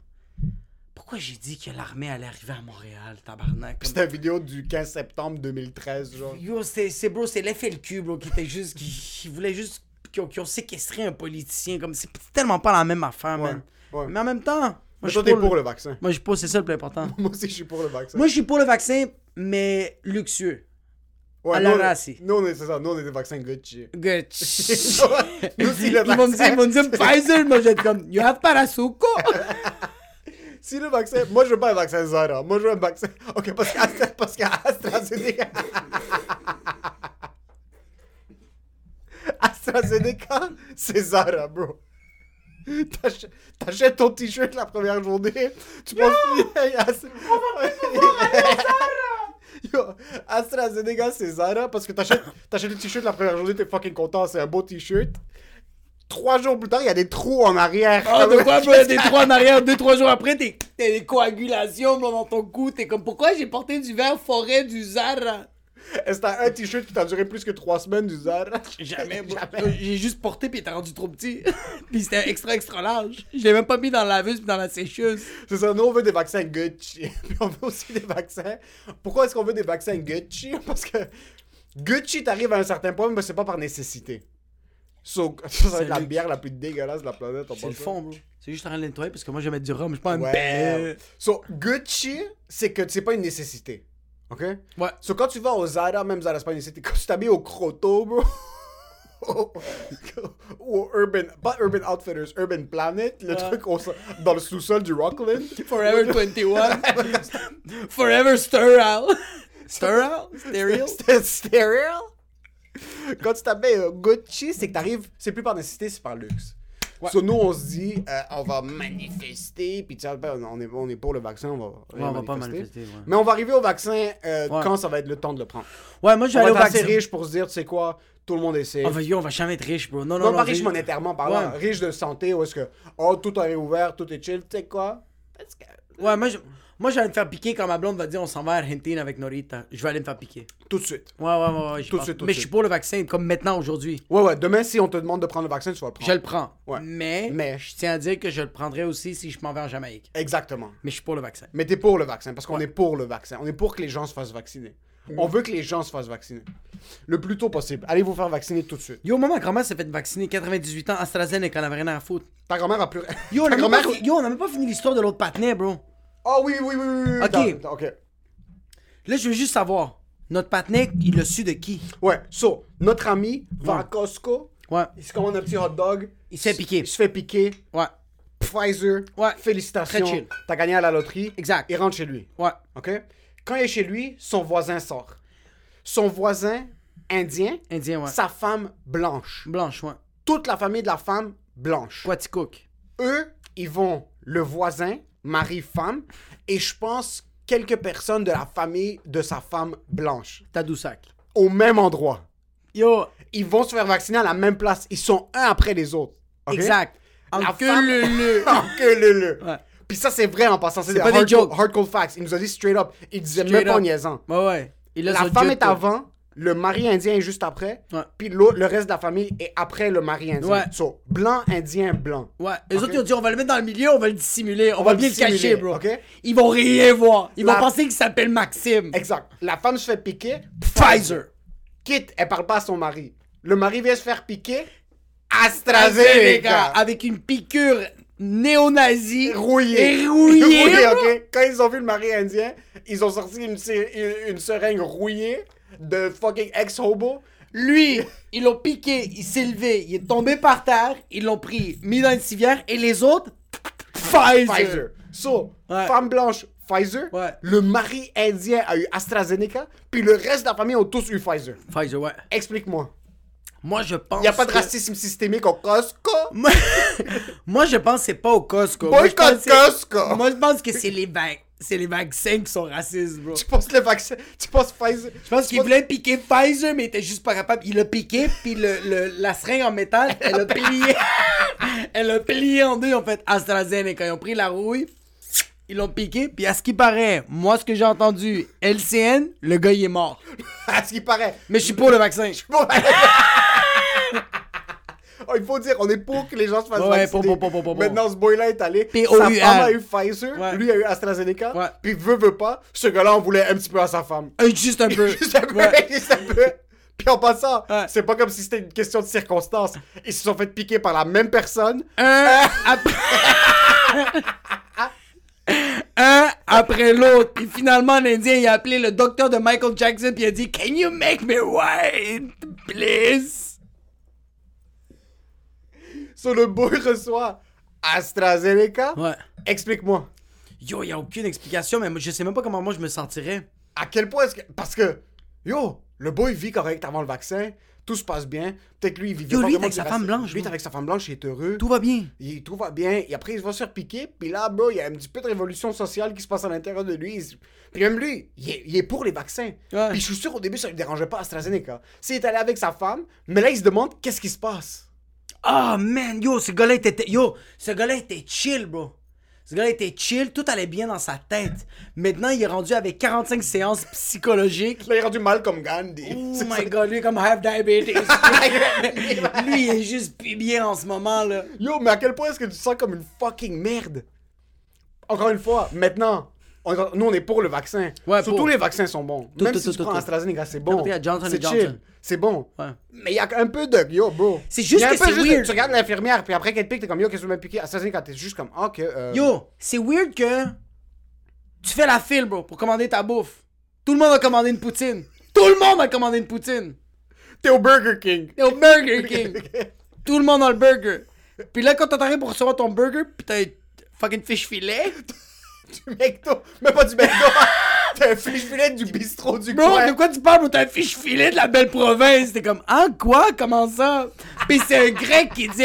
Speaker 2: Pourquoi j'ai dit que l'armée allait arriver à Montréal, tabarnak? Comme-
Speaker 3: C'était la vidéo du 15 septembre 2013, genre.
Speaker 2: Yo, c'est c'est- bro, c'est l'FLQ, bro, qui était juste. qui, qui voulait juste. qui ont, qui ont séquestré un politicien. Comme c'est tellement pas la même affaire,
Speaker 3: Ouais,
Speaker 2: man.
Speaker 3: ouais.
Speaker 2: Mais en même temps. Moi, je
Speaker 3: Mais
Speaker 2: suis
Speaker 3: toi, t'es
Speaker 2: pour le-
Speaker 3: pour le vaccin.
Speaker 2: Moi, je suis pour, c'est ça le plus important.
Speaker 3: Moi aussi, je suis pour le vaccin.
Speaker 2: Moi, je suis pour le vaccin, mais luxueux.
Speaker 3: Ouais,
Speaker 2: à
Speaker 3: nous,
Speaker 2: la
Speaker 3: on est-
Speaker 2: race.
Speaker 3: Nous, on est, c'est ça. Nous, on est des vaccins Gucci.
Speaker 2: Good.
Speaker 3: Nous, si le
Speaker 2: ils vont me dire, ils vont me
Speaker 3: vaccin.
Speaker 2: dire Pfizer, moi, je vais être comme. You have Parasuco?
Speaker 3: Si le vaccin. Moi, je veux pas un vaccin Zara. Moi, je veux un vaccin. Ok, parce qu'Astra, parce qu'AstraZeneca. AstraZeneca, c'est Zara, bro. T'ach- T'achètes ton t-shirt la première journée. Tu penses. Astra- Yo, AstraZeneca, c'est Zara parce que t'achètes t'achètes le t-shirt la première journée, t'es fucking content, c'est un beau t-shirt. Trois jours plus tard, il y a des trous en arrière.
Speaker 2: Ah, de quoi, bro? Des trois en arrière, deux, trois jours après, t'es- t'as des coagulations, bro, dans ton cou. T'es comme, pourquoi j'ai porté du verre forêt du Zara?
Speaker 3: Est-ce que t'as un t-shirt qui t'a duré plus que trois semaines du Zara?
Speaker 2: Jamais, bro.
Speaker 3: Ben.
Speaker 2: Euh, J'ai juste porté, puis il était rendu trop petit. puis c'était extra, extra large. Je l'ai même pas mis dans la laveuse, puis dans la sécheuse.
Speaker 3: C'est ça, nous on veut des vaccins Gucci. Puis on veut aussi des vaccins. Pourquoi est-ce qu'on veut des vaccins Gucci? Parce que Gucci t'arrive à un certain point, mais c'est pas par nécessité. So, ça va être la
Speaker 2: le-
Speaker 3: bière la plus dégueulasse de la planète. en
Speaker 2: C'est le
Speaker 3: passant.
Speaker 2: fond, bro. C'est juste en train de nettoyer, parce que moi, je vais mettre du rhum. Je suis pas un
Speaker 3: Ouais. So, Gucci, c'est que c'est pas une nécessité. OK?
Speaker 2: Ouais.
Speaker 3: So, quand tu vas au Zara, même Zara, c'est pas une nécessité. Quand tu t'habilles au Croto, bro. au- ou au Urban, pas Urban Outfitters, Urban Planet, le truc au- dans le sous-sol du Rockland.
Speaker 2: Forever 21. Forever sterile. Sterile? Sterile?
Speaker 3: C'était stérile. Quand tu t'appelles euh, Gucci, c'est que t'arrives, c'est plus par nécessité, c'est par luxe. So, nous, on se dit, euh, on va manifester, puis tu sais, ben, on est, on est pour le vaccin, on va, rien
Speaker 2: on va pas manifester, ouais.
Speaker 3: Mais on va arriver au vaccin euh,
Speaker 2: Ouais.
Speaker 3: quand ça va être le temps de le prendre.
Speaker 2: Ouais, moi, je vais
Speaker 3: on va
Speaker 2: aller au
Speaker 3: être assez
Speaker 2: vaccin.
Speaker 3: riche pour se dire, tu sais quoi, tout le monde essaie.
Speaker 2: On va, yo, on va jamais être riche, bro. Non, non, non.
Speaker 3: non, pas
Speaker 2: c'est
Speaker 3: riche
Speaker 2: juste-
Speaker 3: monétairement parlant, hein.
Speaker 2: Ouais.
Speaker 3: riche de santé, où est-ce que, oh, tout est ouvert, tout est chill, tu sais quoi. Let's go.
Speaker 2: Ouais, moi, je... moi, je vais aller me faire piquer quand ma blonde va dire on s'en va à Argentine avec Norita. Je vais aller me faire piquer.
Speaker 3: Tout de suite.
Speaker 2: Ouais, ouais, ouais. ouais j'y
Speaker 3: Tout de
Speaker 2: pense.
Speaker 3: suite, tout de
Speaker 2: Mais je suis
Speaker 3: suite.
Speaker 2: pour le vaccin, comme maintenant, aujourd'hui.
Speaker 3: Ouais, ouais, demain, si on te demande de prendre le vaccin, tu vas le prendre.
Speaker 2: Je le prends.
Speaker 3: Ouais.
Speaker 2: Mais,
Speaker 3: Mais-
Speaker 2: je tiens à dire que je le prendrai aussi si je m'en vais en Jamaïque.
Speaker 3: Exactement.
Speaker 2: Mais je suis pour le vaccin.
Speaker 3: Mais t'es pour le vaccin, parce qu'on est pour le vaccin. On est pour que les gens se fassent vacciner.
Speaker 2: Mm.
Speaker 3: On veut que les gens se fassent vacciner. Le plus tôt possible. Allez vous faire vacciner tout de suite.
Speaker 2: Yo, maman, grand-mère s'est fait vacciner 98 ans, AstraZeneca, elle avait rien à foutre.
Speaker 3: Ta grand-mère a plus...
Speaker 2: Yo, on a même,
Speaker 3: Ta
Speaker 2: pas,
Speaker 3: grand-mère...
Speaker 2: fi- yo, on a même pas fini l'histoire de l'autre patinet, bro.
Speaker 3: Oh oui, oui, oui, oui, oui.
Speaker 2: Ok.
Speaker 3: T'as- Ok.
Speaker 2: Là, je veux juste savoir, notre patinet, il le su de qui
Speaker 3: Ouais, so, notre ami va à
Speaker 2: Ouais.
Speaker 3: Costco,
Speaker 2: Ouais.
Speaker 3: il se commande un petit hot dog.
Speaker 2: Il se fait piquer.
Speaker 3: Il se fait piquer.
Speaker 2: Ouais.
Speaker 3: Pfizer.
Speaker 2: Ouais.
Speaker 3: Félicitations.
Speaker 2: Très chill.
Speaker 3: T'as gagné à la loterie.
Speaker 2: Exact.
Speaker 3: Il rentre chez lui.
Speaker 2: Ouais.
Speaker 3: Ok. Quand il est chez lui, son voisin sort. Son voisin indien,
Speaker 2: Indien, ouais.
Speaker 3: sa femme blanche.
Speaker 2: Blanche, ouais.
Speaker 3: toute la famille de la femme blanche.
Speaker 2: Quaticook.
Speaker 3: Eux, ils vont le voisin, mari, femme, et je pense quelques personnes de la famille de sa femme blanche,
Speaker 2: Tadoussac.
Speaker 3: au même endroit.
Speaker 2: Yo,
Speaker 3: Ils vont se faire vacciner à la même place. Ils sont un après les autres. ok?
Speaker 2: exact.
Speaker 3: La
Speaker 2: En que
Speaker 3: femme-
Speaker 2: le- le.
Speaker 3: Enculé-le.
Speaker 2: Ouais.
Speaker 3: Puis ça, c'est vrai en passant. C'est
Speaker 2: C'est pas des
Speaker 3: hard-
Speaker 2: jokes.
Speaker 3: Hardcore facts. Il nous a dit straight up. Il disait
Speaker 2: Straight
Speaker 3: même pas en
Speaker 2: up.
Speaker 3: niaisant.
Speaker 2: Ouais, ouais. Il a
Speaker 3: La
Speaker 2: son
Speaker 3: femme
Speaker 2: jet,
Speaker 3: est
Speaker 2: toi.
Speaker 3: avant, le mari indien est juste après,
Speaker 2: Ouais.
Speaker 3: puis l'autre- le reste de la famille est après le mari indien.
Speaker 2: Ouais.
Speaker 3: So, blanc, indien, blanc.
Speaker 2: Ouais, les
Speaker 3: Ok.
Speaker 2: autres ils ont dit on va le mettre dans le milieu, on va le dissimuler, on,
Speaker 3: va
Speaker 2: va,
Speaker 3: le
Speaker 2: bien le cacher,
Speaker 3: dissimuler,
Speaker 2: bro.
Speaker 3: ok?
Speaker 2: Ils vont rien voir. Ils
Speaker 3: La-
Speaker 2: vont penser qu'il s'appelle Maxime.
Speaker 3: Exact. La femme se fait piquer.
Speaker 2: Pfizer.
Speaker 3: Quitte, elle parle pas à son mari. Le mari vient se faire piquer.
Speaker 2: AstraZeneca
Speaker 3: AstraZeneca.
Speaker 2: avec une piqûre néo-nazie
Speaker 3: Rouillé.
Speaker 2: Et rouillé.
Speaker 3: Rouillé,
Speaker 2: bro.
Speaker 3: ok. Quand ils ont vu le mari indien, ils ont sorti une, sé- une- une seringue rouillée de fucking ex-hobo.
Speaker 2: Lui, ils l'ont piqué, il s'est levé, il est tombé par terre, ils l'ont pris, mis dans une civière et les autres Pfizer.
Speaker 3: Pfizer. So,
Speaker 2: Ouais.
Speaker 3: femme blanche, Pfizer.
Speaker 2: Ouais.
Speaker 3: Le mari indien a eu AstraZeneca. Puis le reste de la famille ont tous eu Pfizer.
Speaker 2: Pfizer, ouais.
Speaker 3: Explique-moi.
Speaker 2: Moi, je pense.
Speaker 3: Il n'y a pas de
Speaker 2: que-
Speaker 3: racisme systémique au Costco.
Speaker 2: Moi, moi, je pense que c'est pas au Costco. Moi, je
Speaker 3: Boycott
Speaker 2: pense que c'est-
Speaker 3: Costco.
Speaker 2: Moi, je pense que c'est les vagues. C'est les vaccins qui sont racistes, bro.
Speaker 3: Tu penses le vaccin Tu penses Pfizer
Speaker 2: Je pense qu'il voulait piquer Pfizer, mais il était juste pas capable. Il l'a piqué, puis le, le- la seringue en métal, elle a plié. elle a plié en deux, en fait, AstraZeneca. Ils ont pris la rouille, ils l'ont piqué, puis à ce qui paraît, moi, ce que j'ai entendu, LCN, le gars, il est mort.
Speaker 3: À ce qui paraît.
Speaker 2: Mais je suis pour le vaccin.
Speaker 3: Bon, ben- Oh, il faut dire, on est pour que les gens se fassent
Speaker 2: Ouais, ouais,
Speaker 3: vacciner.
Speaker 2: pour, pour, pour, pour, pour.
Speaker 3: Maintenant, ce boy-là est allé.
Speaker 2: POUR.
Speaker 3: Sa femme a eu Pfizer,
Speaker 2: Ouais.
Speaker 3: lui a eu AstraZeneca.
Speaker 2: Ouais.
Speaker 3: Puis veut, veut pas, ce gars-là en voulait un petit peu à sa femme.
Speaker 2: Euh, Juste un peu.
Speaker 3: Juste un peu,
Speaker 2: Ouais.
Speaker 3: juste un peu. Puis en passant,
Speaker 2: Ouais.
Speaker 3: c'est pas comme si c'était une question de circonstance. Ils se sont fait piquer par la même personne.
Speaker 2: Un après... un après l'autre. Puis finalement, l'Indien, il a appelé le docteur de Michael Jackson, puis il a dit « Can you make me white, please?
Speaker 3: Sur le boy reçoit AstraZeneca. »
Speaker 2: Ouais.
Speaker 3: Explique-moi.
Speaker 2: Yo, y a aucune explication, mais moi, je sais même pas comment moi je me sentirais.
Speaker 3: à quel point est-ce que. Parce que, yo, le boy vit correct avant le vaccin, tout se passe bien. Peut-être lui, il vivait
Speaker 2: Yo,
Speaker 3: pas
Speaker 2: lui, il est
Speaker 3: vraiment
Speaker 2: avec
Speaker 3: du
Speaker 2: sa
Speaker 3: racisme.
Speaker 2: femme blanche,
Speaker 3: Lui, il est
Speaker 2: moi.
Speaker 3: avec sa femme blanche, il est heureux.
Speaker 2: Tout va bien.
Speaker 3: Il, tout va bien. Et après, il va se faire piquer. Puis là, bro, il y a un petit peu de révolution sociale qui se passe à l'intérieur de lui. Il se- Puis même lui, il est, il est pour les vaccins.
Speaker 2: Ouais.
Speaker 3: Puis je suis sûr, au début, ça ne le dérangeait pas AstraZeneca. S'il est allé avec sa femme, mais là, il se demande qu'est-ce qui se passe.
Speaker 2: Ah, man, yo, ce gars-là était... Yo, ce gars-là était chill, bro. Ce gars-là était chill, tout allait bien dans sa tête. Maintenant, il est rendu avec 45 séances psychologiques.
Speaker 3: Là, il est rendu mal comme Gandhi.
Speaker 2: Oh
Speaker 3: C'est ça.
Speaker 2: my god, lui, comme have diabetes. lui, il est juste plus bien en ce moment, là.
Speaker 3: Yo, mais à quel point est-ce que tu te sens comme une fucking merde? Encore une fois, maintenant, on- nous on est pour le vaccin.
Speaker 2: Ouais,
Speaker 3: Surtout
Speaker 2: pour.
Speaker 3: les vaccins sont bons.
Speaker 2: Tout,
Speaker 3: Même
Speaker 2: tout,
Speaker 3: si
Speaker 2: tout,
Speaker 3: tu
Speaker 2: tout,
Speaker 3: prends
Speaker 2: tout.
Speaker 3: AstraZeneca, c'est bon.
Speaker 2: Regarde, Johnson
Speaker 3: C'est
Speaker 2: Johnson.
Speaker 3: chill, c'est bon.
Speaker 2: Ouais.
Speaker 3: Mais il y a un peu de yo, bro.
Speaker 2: C'est juste
Speaker 3: Y a un
Speaker 2: que
Speaker 3: peu
Speaker 2: c'est
Speaker 3: de-
Speaker 2: weird.
Speaker 3: Tu regardes l'infirmière, puis après qu'elle te pique, t'es comme yo, qu'est-ce que tu m'as piqué? AstraZeneca, t'es juste comme ok. euh,
Speaker 2: Yo, c'est weird que tu fais la file, bro, pour commander ta bouffe. Tout le monde a commandé une poutine. Tout le monde a commandé une poutine.
Speaker 3: T'es au Burger King.
Speaker 2: T'es au Burger King. Tout le monde a le burger. Puis là, quand t'arrives pour recevoir ton burger, pis t'as une fucking fish filet.
Speaker 3: Du McDo. Mais pas du McDo. T'as un fiche filet du bistrot du
Speaker 2: Bro,
Speaker 3: coin.
Speaker 2: de quoi tu parles, bro? T'as un fiche filet de la belle province. T'es comme, ah, quoi? Comment ça? Pis c'est un grec qui dit,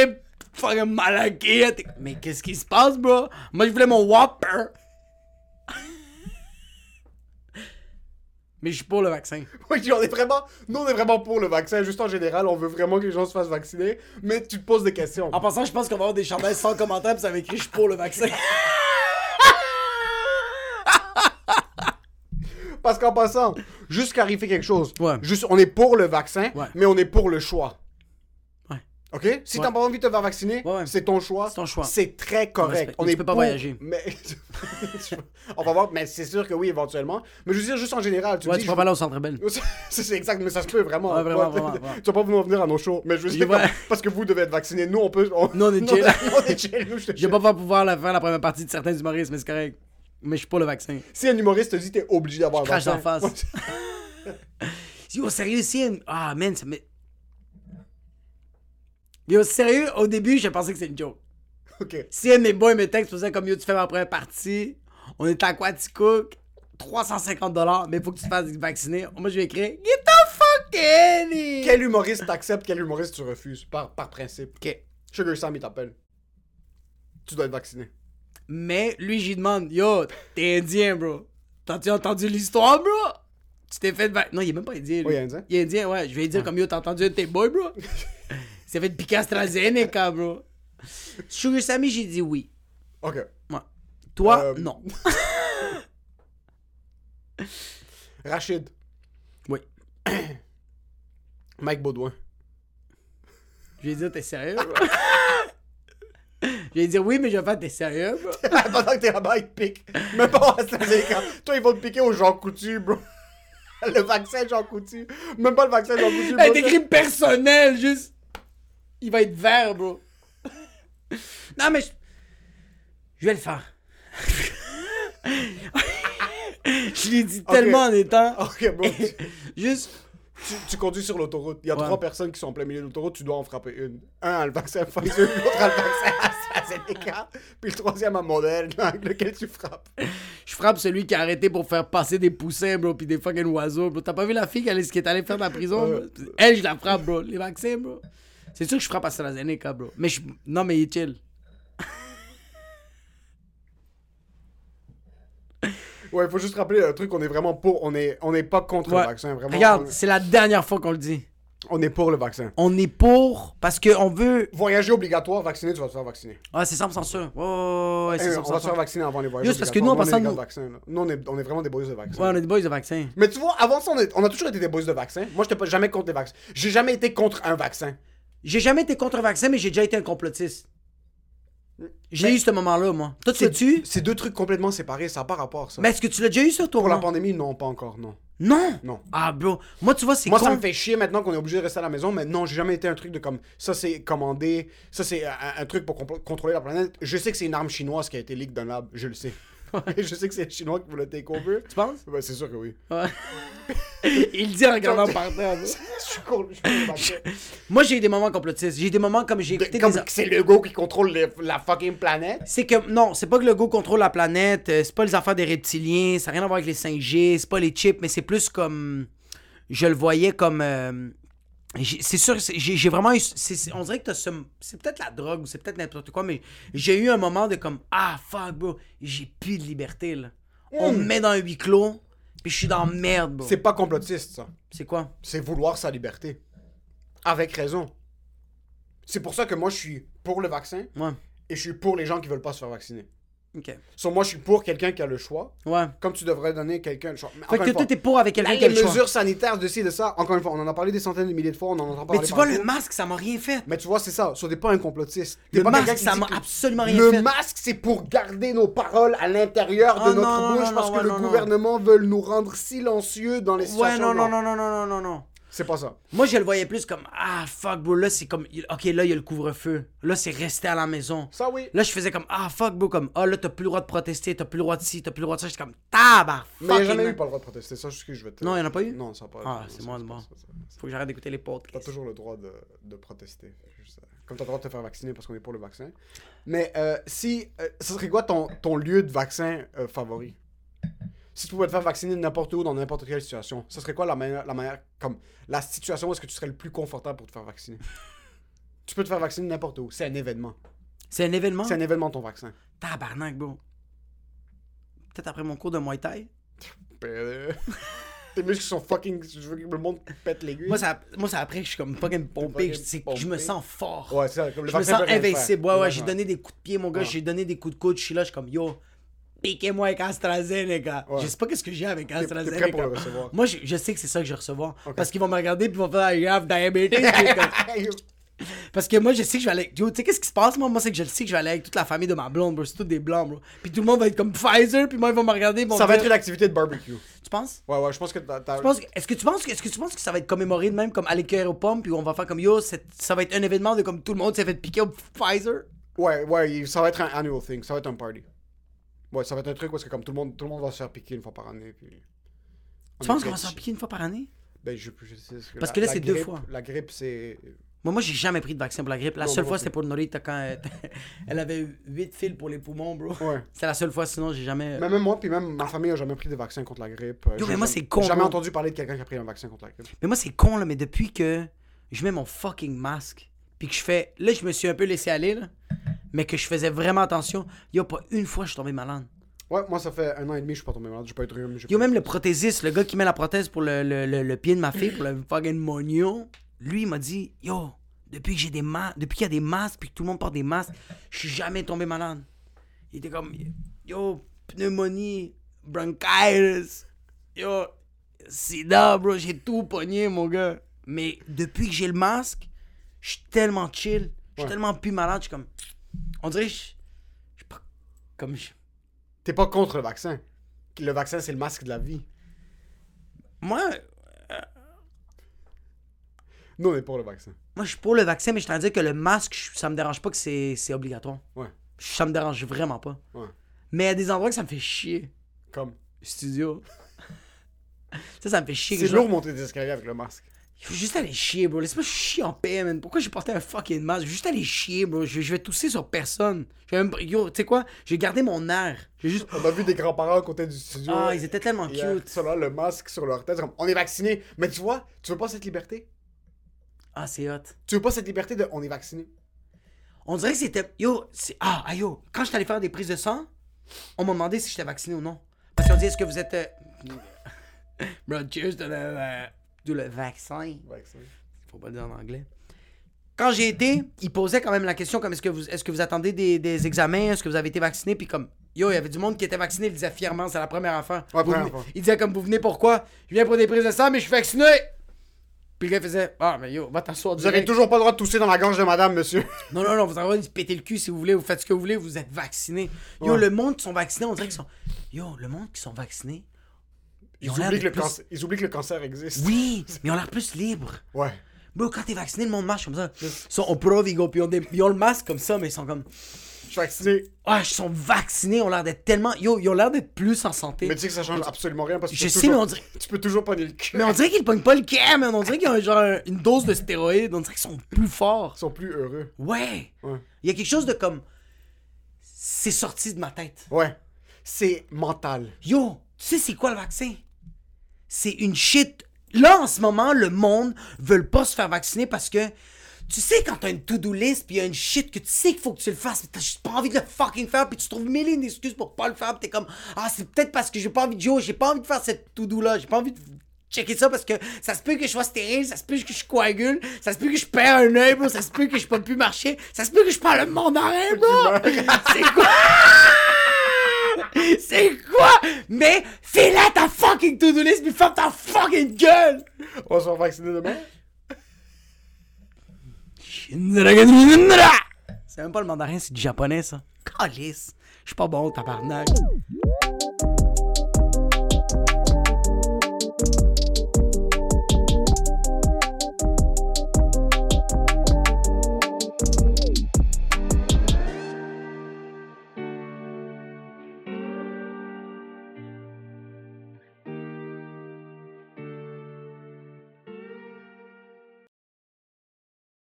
Speaker 2: fucking malaké. T'es comme, Mais qu'est-ce qui se passe, bro? Moi, je voulais mon Whopper. Mais je suis pour le vaccin.
Speaker 3: Oui, on est vraiment, nous on est vraiment pour le vaccin, juste en général, on veut vraiment que les gens se fassent vacciner, mais tu te poses des questions.
Speaker 2: En passant, je pense qu'on va avoir des chandelles sans commentaire, pis ça va écrit, je suis pour le vaccin.
Speaker 3: Parce qu'en passant, juste clarifier quelque chose.
Speaker 2: Ouais.
Speaker 3: Juste, on est pour le vaccin,
Speaker 2: Ouais.
Speaker 3: mais on est pour le choix.
Speaker 2: Ouais.
Speaker 3: OK? Si
Speaker 2: Ouais.
Speaker 3: t'as pas envie de te faire vacciner,
Speaker 2: Ouais, ouais.
Speaker 3: c'est ton choix.
Speaker 2: C'est ton choix.
Speaker 3: C'est très correct.
Speaker 2: respecte. Mais tu peux pas voyager.
Speaker 3: Mais... on va voir, mais c'est sûr que oui, éventuellement. Mais je veux dire, juste en général, tu
Speaker 2: Ouais,
Speaker 3: dis...
Speaker 2: tu vas pas là au centre belle.
Speaker 3: je- c'est c'est exact, mais ça se peut vraiment.
Speaker 2: Ouais, vraiment,
Speaker 3: Ouais,
Speaker 2: vraiment, vraiment.
Speaker 3: Tu vas pas vouloir venir à nos shows, mais je veux
Speaker 2: Il
Speaker 3: dire,
Speaker 2: va-
Speaker 3: comme- parce que vous devez être vacciné. Nous, on peut. On...
Speaker 2: Nous, on est chill.
Speaker 3: on est chill, nous, je te
Speaker 2: Je
Speaker 3: jure.
Speaker 2: vais pas pouvoir la faire la première partie de certains humoristes, mais c'est correct. Mais je suis pour le vaccin.
Speaker 3: Si un humoriste te dit, t'es obligé d'avoir un
Speaker 2: crache
Speaker 3: vaccin.
Speaker 2: d'en face. Yo, sérieux, si elle- Ah, man, ça me... Yo, sérieux, au début, je pensais que c'était une joke.
Speaker 3: ok.
Speaker 2: Si elle, mes boys me texte, pour ça comme, yo, tu fais ma première partie, on est à Quaticook, 350$, mais faut que tu te fasses vacciner. Moi, je vais écrire, get the fuck in here!
Speaker 3: Quel humoriste t'acceptes, quel humoriste tu refuses, par, par principe.
Speaker 2: Ok.
Speaker 3: Sugar Sam, il t'appelle. Tu dois être vacciné.
Speaker 2: Mais lui, j'y demande, yo, t'es indien, bro. T'as-tu entendu l'histoire, bro? Tu t'es fait. vac- Non, il est même pas indien, lui.
Speaker 3: Oui, il est indien. Ah.
Speaker 2: Il est indien, ouais. Je vais lui dire comme yo, t'as entendu un de tes boys, bro? Il s'est fait piquer AstraZeneca, bro. Sugar Sammy, j'ai dit oui.
Speaker 3: Ok.
Speaker 2: Ouais. Toi,
Speaker 3: Euh,
Speaker 2: non.
Speaker 3: Rachid.
Speaker 2: oui.
Speaker 3: Mike Baudouin.
Speaker 2: Je vais dire, t'es sérieux, bro? je vais dire oui, mais je vais faire, t'es sérieux, bro?
Speaker 3: Pendant que t'es là-bas, il te pique. Même pas à AstraZeneca. Toi, ils vont te piquer au Jean Coutu, bro. Le vaccin Jean Coutu. Même pas le vaccin Jean Coutu.
Speaker 2: Elle
Speaker 3: bro.
Speaker 2: t'écrit personnel, juste. Il va être vert, bro. non, mais je. Je vais le faire. je l'ai dit tellement en étant.
Speaker 3: Ok, bro.
Speaker 2: Oh. Juste.
Speaker 3: Tu, tu conduis sur l'autoroute. Il y a
Speaker 2: Ouais.
Speaker 3: trois personnes qui sont en plein milieu de l'autoroute, tu dois en frapper une. Un a le vaccin Pfizer, l'autre a le vaccin AstraZeneca, puis le troisième à modèle, lequel tu frappes.
Speaker 2: Je frappe celui qui a arrêté pour faire passer des poussins, bro, puis des fucking oiseaux, bro. T'as pas vu la fille qui, allait- qui est allée faire de la prison? bro? Elle, je la frappe, bro. Les vaccins, bro. C'est sûr que je frappe AstraZeneca, bro. Mais je... Non, mais il est chill.
Speaker 3: Ouais, il faut juste rappeler un truc, on est vraiment pour, on est, on est pas contre
Speaker 2: Ouais.
Speaker 3: le vaccin, vraiment.
Speaker 2: Regarde, c'est la dernière fois qu'on le dit.
Speaker 3: on, on est pour le vaccin.
Speaker 2: On est pour parce qu'on veut...
Speaker 3: Voyager obligatoire, vacciner, tu vas te faire vacciner.
Speaker 2: Ah, c'est sans censure. Ouais, ouais, ouais, ouais,
Speaker 3: Eh,
Speaker 2: c'est sans
Speaker 3: on va se
Speaker 2: censure.
Speaker 3: faire vacciner avant les voyages.
Speaker 2: Juste parce que
Speaker 3: obligatoires.
Speaker 2: nous, en passant,
Speaker 3: on est des
Speaker 2: nous-
Speaker 3: gars de vaccin, là. Nous, on est, on est vraiment des boys de vaccin.
Speaker 2: Ouais, on est des boys de vaccin.
Speaker 3: Mais tu vois, avant ça, on, est- on a toujours été des boys de vaccin. Moi, j'étais pas jamais contre les vaccins. J'ai jamais été contre un vaccin.
Speaker 2: J'ai jamais été contre vaccin, mais j'ai déjà été un complotiste. J'ai eu ce moment-là, moi. Toi, tu l'as-tu?
Speaker 3: C'est deux trucs complètement séparés, ça n'a pas rapport, ça.
Speaker 2: Mais est-ce que tu l'as déjà eu sur toi?
Speaker 3: Pour la
Speaker 2: non?
Speaker 3: pandémie, non, pas encore, non.
Speaker 2: Non!
Speaker 3: Non.
Speaker 2: Ah, bro. Moi, tu vois, c'est
Speaker 3: Moi, ça
Speaker 2: con.
Speaker 3: me fait chier maintenant qu'on est obligé de rester à la maison, mais non, j'ai jamais été un truc de comme ça, c'est commandé, ça, c'est un, un truc pour compl- contrôler la planète. Je sais que c'est une arme chinoise qui a été leak d'un lab, je le sais. je sais que c'est les Chinois qui voulaient take over.
Speaker 2: Tu penses?
Speaker 3: Ben, c'est sûr que oui.
Speaker 2: Ouais. Il dit en regardant par terre. bro.
Speaker 3: je suis con, je suis con, le vaccin.
Speaker 2: Moi, j'ai eu des moments complotistes. J'ai eu des moments comme j'ai écouté
Speaker 3: Comme
Speaker 2: des-
Speaker 3: que c'est le go qui contrôle les- la fucking planète.
Speaker 2: C'est que, non, c'est pas que le go contrôle la planète, euh, c'est pas les affaires des reptiliens, ça n'a rien à voir avec les 5G, c'est pas les chips, mais c'est plus comme. Je le voyais comme. euh, j'ai- c'est sûr, c'est- j'ai j'ai vraiment eu. c'est- c'est- on dirait que t'as ce. C'est peut-être la drogue ou c'est peut-être n'importe quoi, mais j'ai eu un moment de comme. Ah, fuck, bro, j'ai plus de liberté, là. On me met dans un huis clos, puis je suis dans la merde, bro.
Speaker 3: Hmm. C'est pas complotiste, ça.
Speaker 2: C'est quoi?
Speaker 3: c'est vouloir sa liberté. Avec raison. C'est pour ça que moi, je suis pour le vaccin
Speaker 2: Ouais.
Speaker 3: et je suis pour les gens qui veulent pas se faire vacciner.
Speaker 2: Ok.
Speaker 3: Sur moi, je suis pour quelqu'un qui a le choix,
Speaker 2: Ouais.
Speaker 3: comme tu devrais donner quelqu'un le choix. Mais
Speaker 2: Fait
Speaker 3: encore
Speaker 2: que
Speaker 3: une fois,
Speaker 2: toi, t'es pour avec
Speaker 3: là,
Speaker 2: quelqu'un qui a
Speaker 3: les
Speaker 2: le choix.
Speaker 3: mesures sanitaires de ci, de ça, encore une fois, on en a parlé des centaines de milliers de fois, on en entend parler
Speaker 2: Mais tu vois, le
Speaker 3: partout.
Speaker 2: masque, ça m'a rien fait.
Speaker 3: Mais tu vois, c'est ça. So, t'es pas un complotiste. T'es
Speaker 2: Le
Speaker 3: pas quelqu'un
Speaker 2: masque,
Speaker 3: qui
Speaker 2: ça
Speaker 3: dit
Speaker 2: m'a
Speaker 3: que-
Speaker 2: absolument rien
Speaker 3: Le
Speaker 2: fait.
Speaker 3: masque, c'est pour garder nos paroles à l'intérieur de
Speaker 2: Ah,
Speaker 3: notre
Speaker 2: non, non,
Speaker 3: bouche
Speaker 2: non,
Speaker 3: parce
Speaker 2: non,
Speaker 3: que
Speaker 2: ouais,
Speaker 3: le
Speaker 2: non, non.
Speaker 3: gouvernement veut nous rendre silencieux dans les
Speaker 2: Ouais,
Speaker 3: situations.
Speaker 2: non, non, non, non, non, non, non, non.
Speaker 3: C'est pas ça.
Speaker 2: Moi, je le voyais plus comme Ah, fuck, bro. Là, c'est comme il- Ok, là, il y a le couvre-feu. Là, c'est rester à la maison.
Speaker 3: Ça, oui.
Speaker 2: Là, je faisais comme Ah, fuck, bro. Comme Ah, là, t'as plus le droit de protester. T'as plus le droit de ci. T'as plus le droit de ça. J'étais comme Tabar.
Speaker 3: Mais il n'y a jamais eu pas le droit de protester, ça, c'est ce que je veux te dire.
Speaker 2: Non, il y en a pas eu?
Speaker 3: Non, ça n'a pas
Speaker 2: Ah,
Speaker 3: non,
Speaker 2: c'est
Speaker 3: ça,
Speaker 2: moi,
Speaker 3: ça,
Speaker 2: le bon.
Speaker 3: ça, ça, ça.
Speaker 2: Faut que j'arrête d'écouter les
Speaker 3: T'as
Speaker 2: podcasts.
Speaker 3: toujours le droit de, de protester. Juste, euh, Comme t'as le droit de te faire vacciner parce qu'on est pour le vaccin. Mais euh, si. euh, ce serait quoi ton, ton lieu de vaccin euh, favori Si tu pouvais te faire vacciner n'importe où, dans n'importe quelle situation, ce serait quoi la manière. La manière comme, la situation où est-ce que tu serais le plus confortable pour te faire vacciner Tu peux te faire vacciner n'importe où. C'est un événement.
Speaker 2: C'est un événement.
Speaker 3: C'est un événement ton vaccin.
Speaker 2: Tabarnak, bro. Peut-être après mon cours de Muay Thai.
Speaker 3: Euh, Tes muscles sont fucking. Je veux que le monde pète l'aiguille.
Speaker 2: Moi, ça, moi, ça après, je suis comme fucking pompé. Je, c'est- je me
Speaker 3: Pompé.
Speaker 2: sens fort.
Speaker 3: Ouais, c'est ça. Comme le
Speaker 2: je me
Speaker 3: vaccin
Speaker 2: sens
Speaker 3: peut rien faire.
Speaker 2: invincible. Ouais, ouais, j'ai
Speaker 3: ouais.
Speaker 2: donné des coups de pied, mon gars.
Speaker 3: Ouais.
Speaker 2: J'ai donné des coups de coude. Je suis là, je suis comme, yo, piquez-moi avec AstraZeneca.
Speaker 3: Ouais.
Speaker 2: Je sais pas qu'est-ce que j'ai avec AstraZeneca.
Speaker 3: prêt pour le recevoir.
Speaker 2: Moi, je, je sais que c'est ça que je vais recevoir. Parce qu'ils vont me regarder puis ils vont faire, I have diabetes. Puis comme- parce que moi, je sais que je vais aller. Yo, tu sais, qu'est-ce qui se passe, moi? Moi, c'est que je le sais que je vais aller avec toute la famille de ma blonde, bro. C'est tous des blancs, bro. Puis tout le monde va être comme Pfizer, puis moi, ils vont me regarder. ils vont
Speaker 3: Ça
Speaker 2: me
Speaker 3: va
Speaker 2: dire-
Speaker 3: être une activité de barbecue.
Speaker 2: Tu penses?
Speaker 3: Ouais, ouais, je pense que t'as. t'as-
Speaker 2: Tu penses que- Est-ce que tu penses que, est-ce que tu penses que ça va être commémoré de même comme à l'écœur aux pommes puis on va faire comme yo c'est- ça va être un événement de comme tout le monde s'est fait piquer au Pfizer
Speaker 3: Ouais, ouais, il- ça va être un annual thing, ça va être un party. Ouais, ça va être un truc parce que comme tout le monde, tout le monde va se faire piquer une fois par année. Puis...
Speaker 2: Tu penses qu'on va s'en piquer une fois par année
Speaker 3: Ben, je, je sais. ce
Speaker 2: Parce
Speaker 3: la-
Speaker 2: que là,
Speaker 3: la
Speaker 2: c'est deux
Speaker 3: grippe-
Speaker 2: fois.
Speaker 3: La grippe, c'est.
Speaker 2: Moi, moi j'ai jamais pris de vaccin pour la grippe. La
Speaker 3: Non,
Speaker 2: seule
Speaker 3: moi
Speaker 2: fois,
Speaker 3: non
Speaker 2: c'était pour Norita quand elle, elle avait 8 fils pour les poumons, bro.
Speaker 3: Ouais.
Speaker 2: C'est la seule fois, sinon, j'ai jamais. euh.
Speaker 3: Mais même moi, puis même ma famille a jamais pris de vaccin contre la grippe. Euh,
Speaker 2: Yo,
Speaker 3: J'ai
Speaker 2: mais moi,
Speaker 3: jamais-
Speaker 2: c'est con,
Speaker 3: jamais
Speaker 2: moi.
Speaker 3: entendu parler de quelqu'un qui a pris un vaccin contre la grippe.
Speaker 2: Mais moi, c'est con, là, mais depuis que je mets mon fucking masque, puis que je fais. Là, je me suis un peu laissé aller, là, mais que je faisais vraiment attention. Yo, pas une fois, je suis tombé malade.
Speaker 3: Ouais, moi, ça fait un an et demi, je suis pas tombé malade, j'ai pas eu de rhume.
Speaker 2: Yo,
Speaker 3: j'ai pas eu-
Speaker 2: même le prothésiste, le gars qui met la prothèse pour le, le- le- le pied de ma fille, pour le fucking moignon, lui, il m'a dit Yo, depuis que j'ai des ma- depuis qu'il y a des masques, puis que tout le monde porte des masques, je suis jamais tombé malade. Il était comme Yo, pneumonie, bronchitis, yo, sida, bro, j'ai tout pogné, mon gars. Mais depuis que j'ai le masque, je suis tellement chill, je suis
Speaker 3: Ouais.
Speaker 2: tellement plus malade, je suis comme. On dirait, que je je suis pas. Comme je-
Speaker 3: T'es pas contre le vaccin. Le vaccin, c'est le masque de la vie.
Speaker 2: Moi,
Speaker 3: Nous, on est pour le vaccin.
Speaker 2: Moi, je suis pour le vaccin, mais je t'en dis que le masque, je- ça me dérange pas que c'est c'est obligatoire.
Speaker 3: Ouais,
Speaker 2: Ça me dérange vraiment pas.
Speaker 3: ouais.
Speaker 2: Mais il y a des endroits que ça me fait chier.
Speaker 3: Comme.
Speaker 2: Studio. Ça, ça me fait chier. que
Speaker 3: C'est
Speaker 2: je-
Speaker 3: lourd monter des escaliers avec le masque.
Speaker 2: Je veux juste aller chier, bro. Laisse-moi chier en paix, man. Pourquoi j'ai porté un fucking masque? Je veux juste aller chier, bro. Je, je vais tousser sur personne. Je vais même... Yo, tu sais quoi? J'ai gardé mon air. J'ai juste.
Speaker 3: On a vu des grands-parents à côté du studio.
Speaker 2: Ah, ils étaient tellement
Speaker 3: Il y a
Speaker 2: cute.
Speaker 3: ceux-là, le masque sur leur tête, comme on est vacciné. Mais tu vois, tu veux pas cette liberté
Speaker 2: Ah, c'est hot.
Speaker 3: Tu veux pas cette liberté de on est vacciné
Speaker 2: On dirait que c'était. Yo, c'est. Ah, ah, yo. Quand je suis allé faire des prises de sang, on m'a demandé si j'étais vacciné ou non. Parce qu'on dit, est-ce que vous êtes. euh, Bro, cheers de le, euh, de le vaccin.
Speaker 3: Vacciné.
Speaker 2: Faut pas le dire en anglais. Quand j'ai été, ils posaient quand même la question comme est-ce que vous est-ce que vous attendez des, des examens, est-ce que vous avez été vacciné, puis comme yo, il y avait du monde qui était vacciné, ils disaient fièrement, c'est la première affaire.
Speaker 3: Ouais,
Speaker 2: Vous
Speaker 3: première
Speaker 2: venez-
Speaker 3: affaire.
Speaker 2: Ils disaient comme vous venez pourquoi Je viens pour des prises de sang, mais je suis vacciné. Puis le gars faisait ah mais yo, va t'asseoir.
Speaker 3: Vous avez
Speaker 2: direct.
Speaker 3: toujours pas le droit de tousser dans la gorge de madame, monsieur.
Speaker 2: Non, non, non, vous avez le droit de se péter le cul si vous voulez, vous faites ce que vous voulez, vous êtes vacciné. Yo,
Speaker 3: Ouais.
Speaker 2: le monde qui sont vaccinés, on dirait qu'ils sont. Yo, le monde qui sont vaccinés.
Speaker 3: Ils,
Speaker 2: ont l'air
Speaker 3: oublient
Speaker 2: de
Speaker 3: que le
Speaker 2: plus-
Speaker 3: cancer, ils oublient que le cancer existe.
Speaker 2: Oui, mais on a l'air plus libre.
Speaker 3: Ouais.
Speaker 2: Bro, quand t'es vacciné, le monde marche comme ça. Ils sont au prov, ils, go- puis ils ont des- ils ont le masque comme ça, mais ils sont comme.
Speaker 3: Je suis vacciné.
Speaker 2: Ah, ils sont vaccinés, on a l'air d'être tellement. Yo, ils ont l'air d'être plus en santé.
Speaker 3: Mais tu sais que ça change absolument rien parce que tu
Speaker 2: Je
Speaker 3: peux
Speaker 2: sais,
Speaker 3: toujours-
Speaker 2: mais on dirait-
Speaker 3: tu peux toujours pogner le cul.
Speaker 2: Mais on dirait qu'ils pognent pas le cam, man. on dirait qu'ils ont genre un- une dose de stéroïdes, on dirait qu'ils sont plus forts.
Speaker 3: Ils sont plus heureux.
Speaker 2: Ouais.
Speaker 3: Ouais.
Speaker 2: Il y a quelque chose de comme. C'est sorti de ma tête.
Speaker 3: Ouais. C'est mental.
Speaker 2: Yo, tu sais c'est quoi le vaccin? C'est une shit. Là, en ce moment, le monde veut pas se faire vacciner parce que tu sais quand t'as une to-do list puis y a une shit que tu sais qu'il faut que tu le fasses, mais t'as juste pas envie de le fucking faire puis tu trouves mille et une excuses pour pas le faire puis t'es comme ah c'est peut-être parce que j'ai pas envie de yo, j'ai pas envie de faire cette to-do là, j'ai pas envie de checker ça parce que ça se peut que je sois stérile, ça se peut que je coagule, ça se peut que je perds un œil, bro, ça se peut que je peux plus marcher, ça se peut que je parle le monde en rêve, bro. C'est quoi? C'est quoi? Mais fais là ta fucking to-do list, mais ferme ta fucking gueule!
Speaker 3: On se va vacciner demain?
Speaker 2: C'est même pas le mandarin, c'est du japonais, ça. Calice! Je suis pas bon, tabarnak.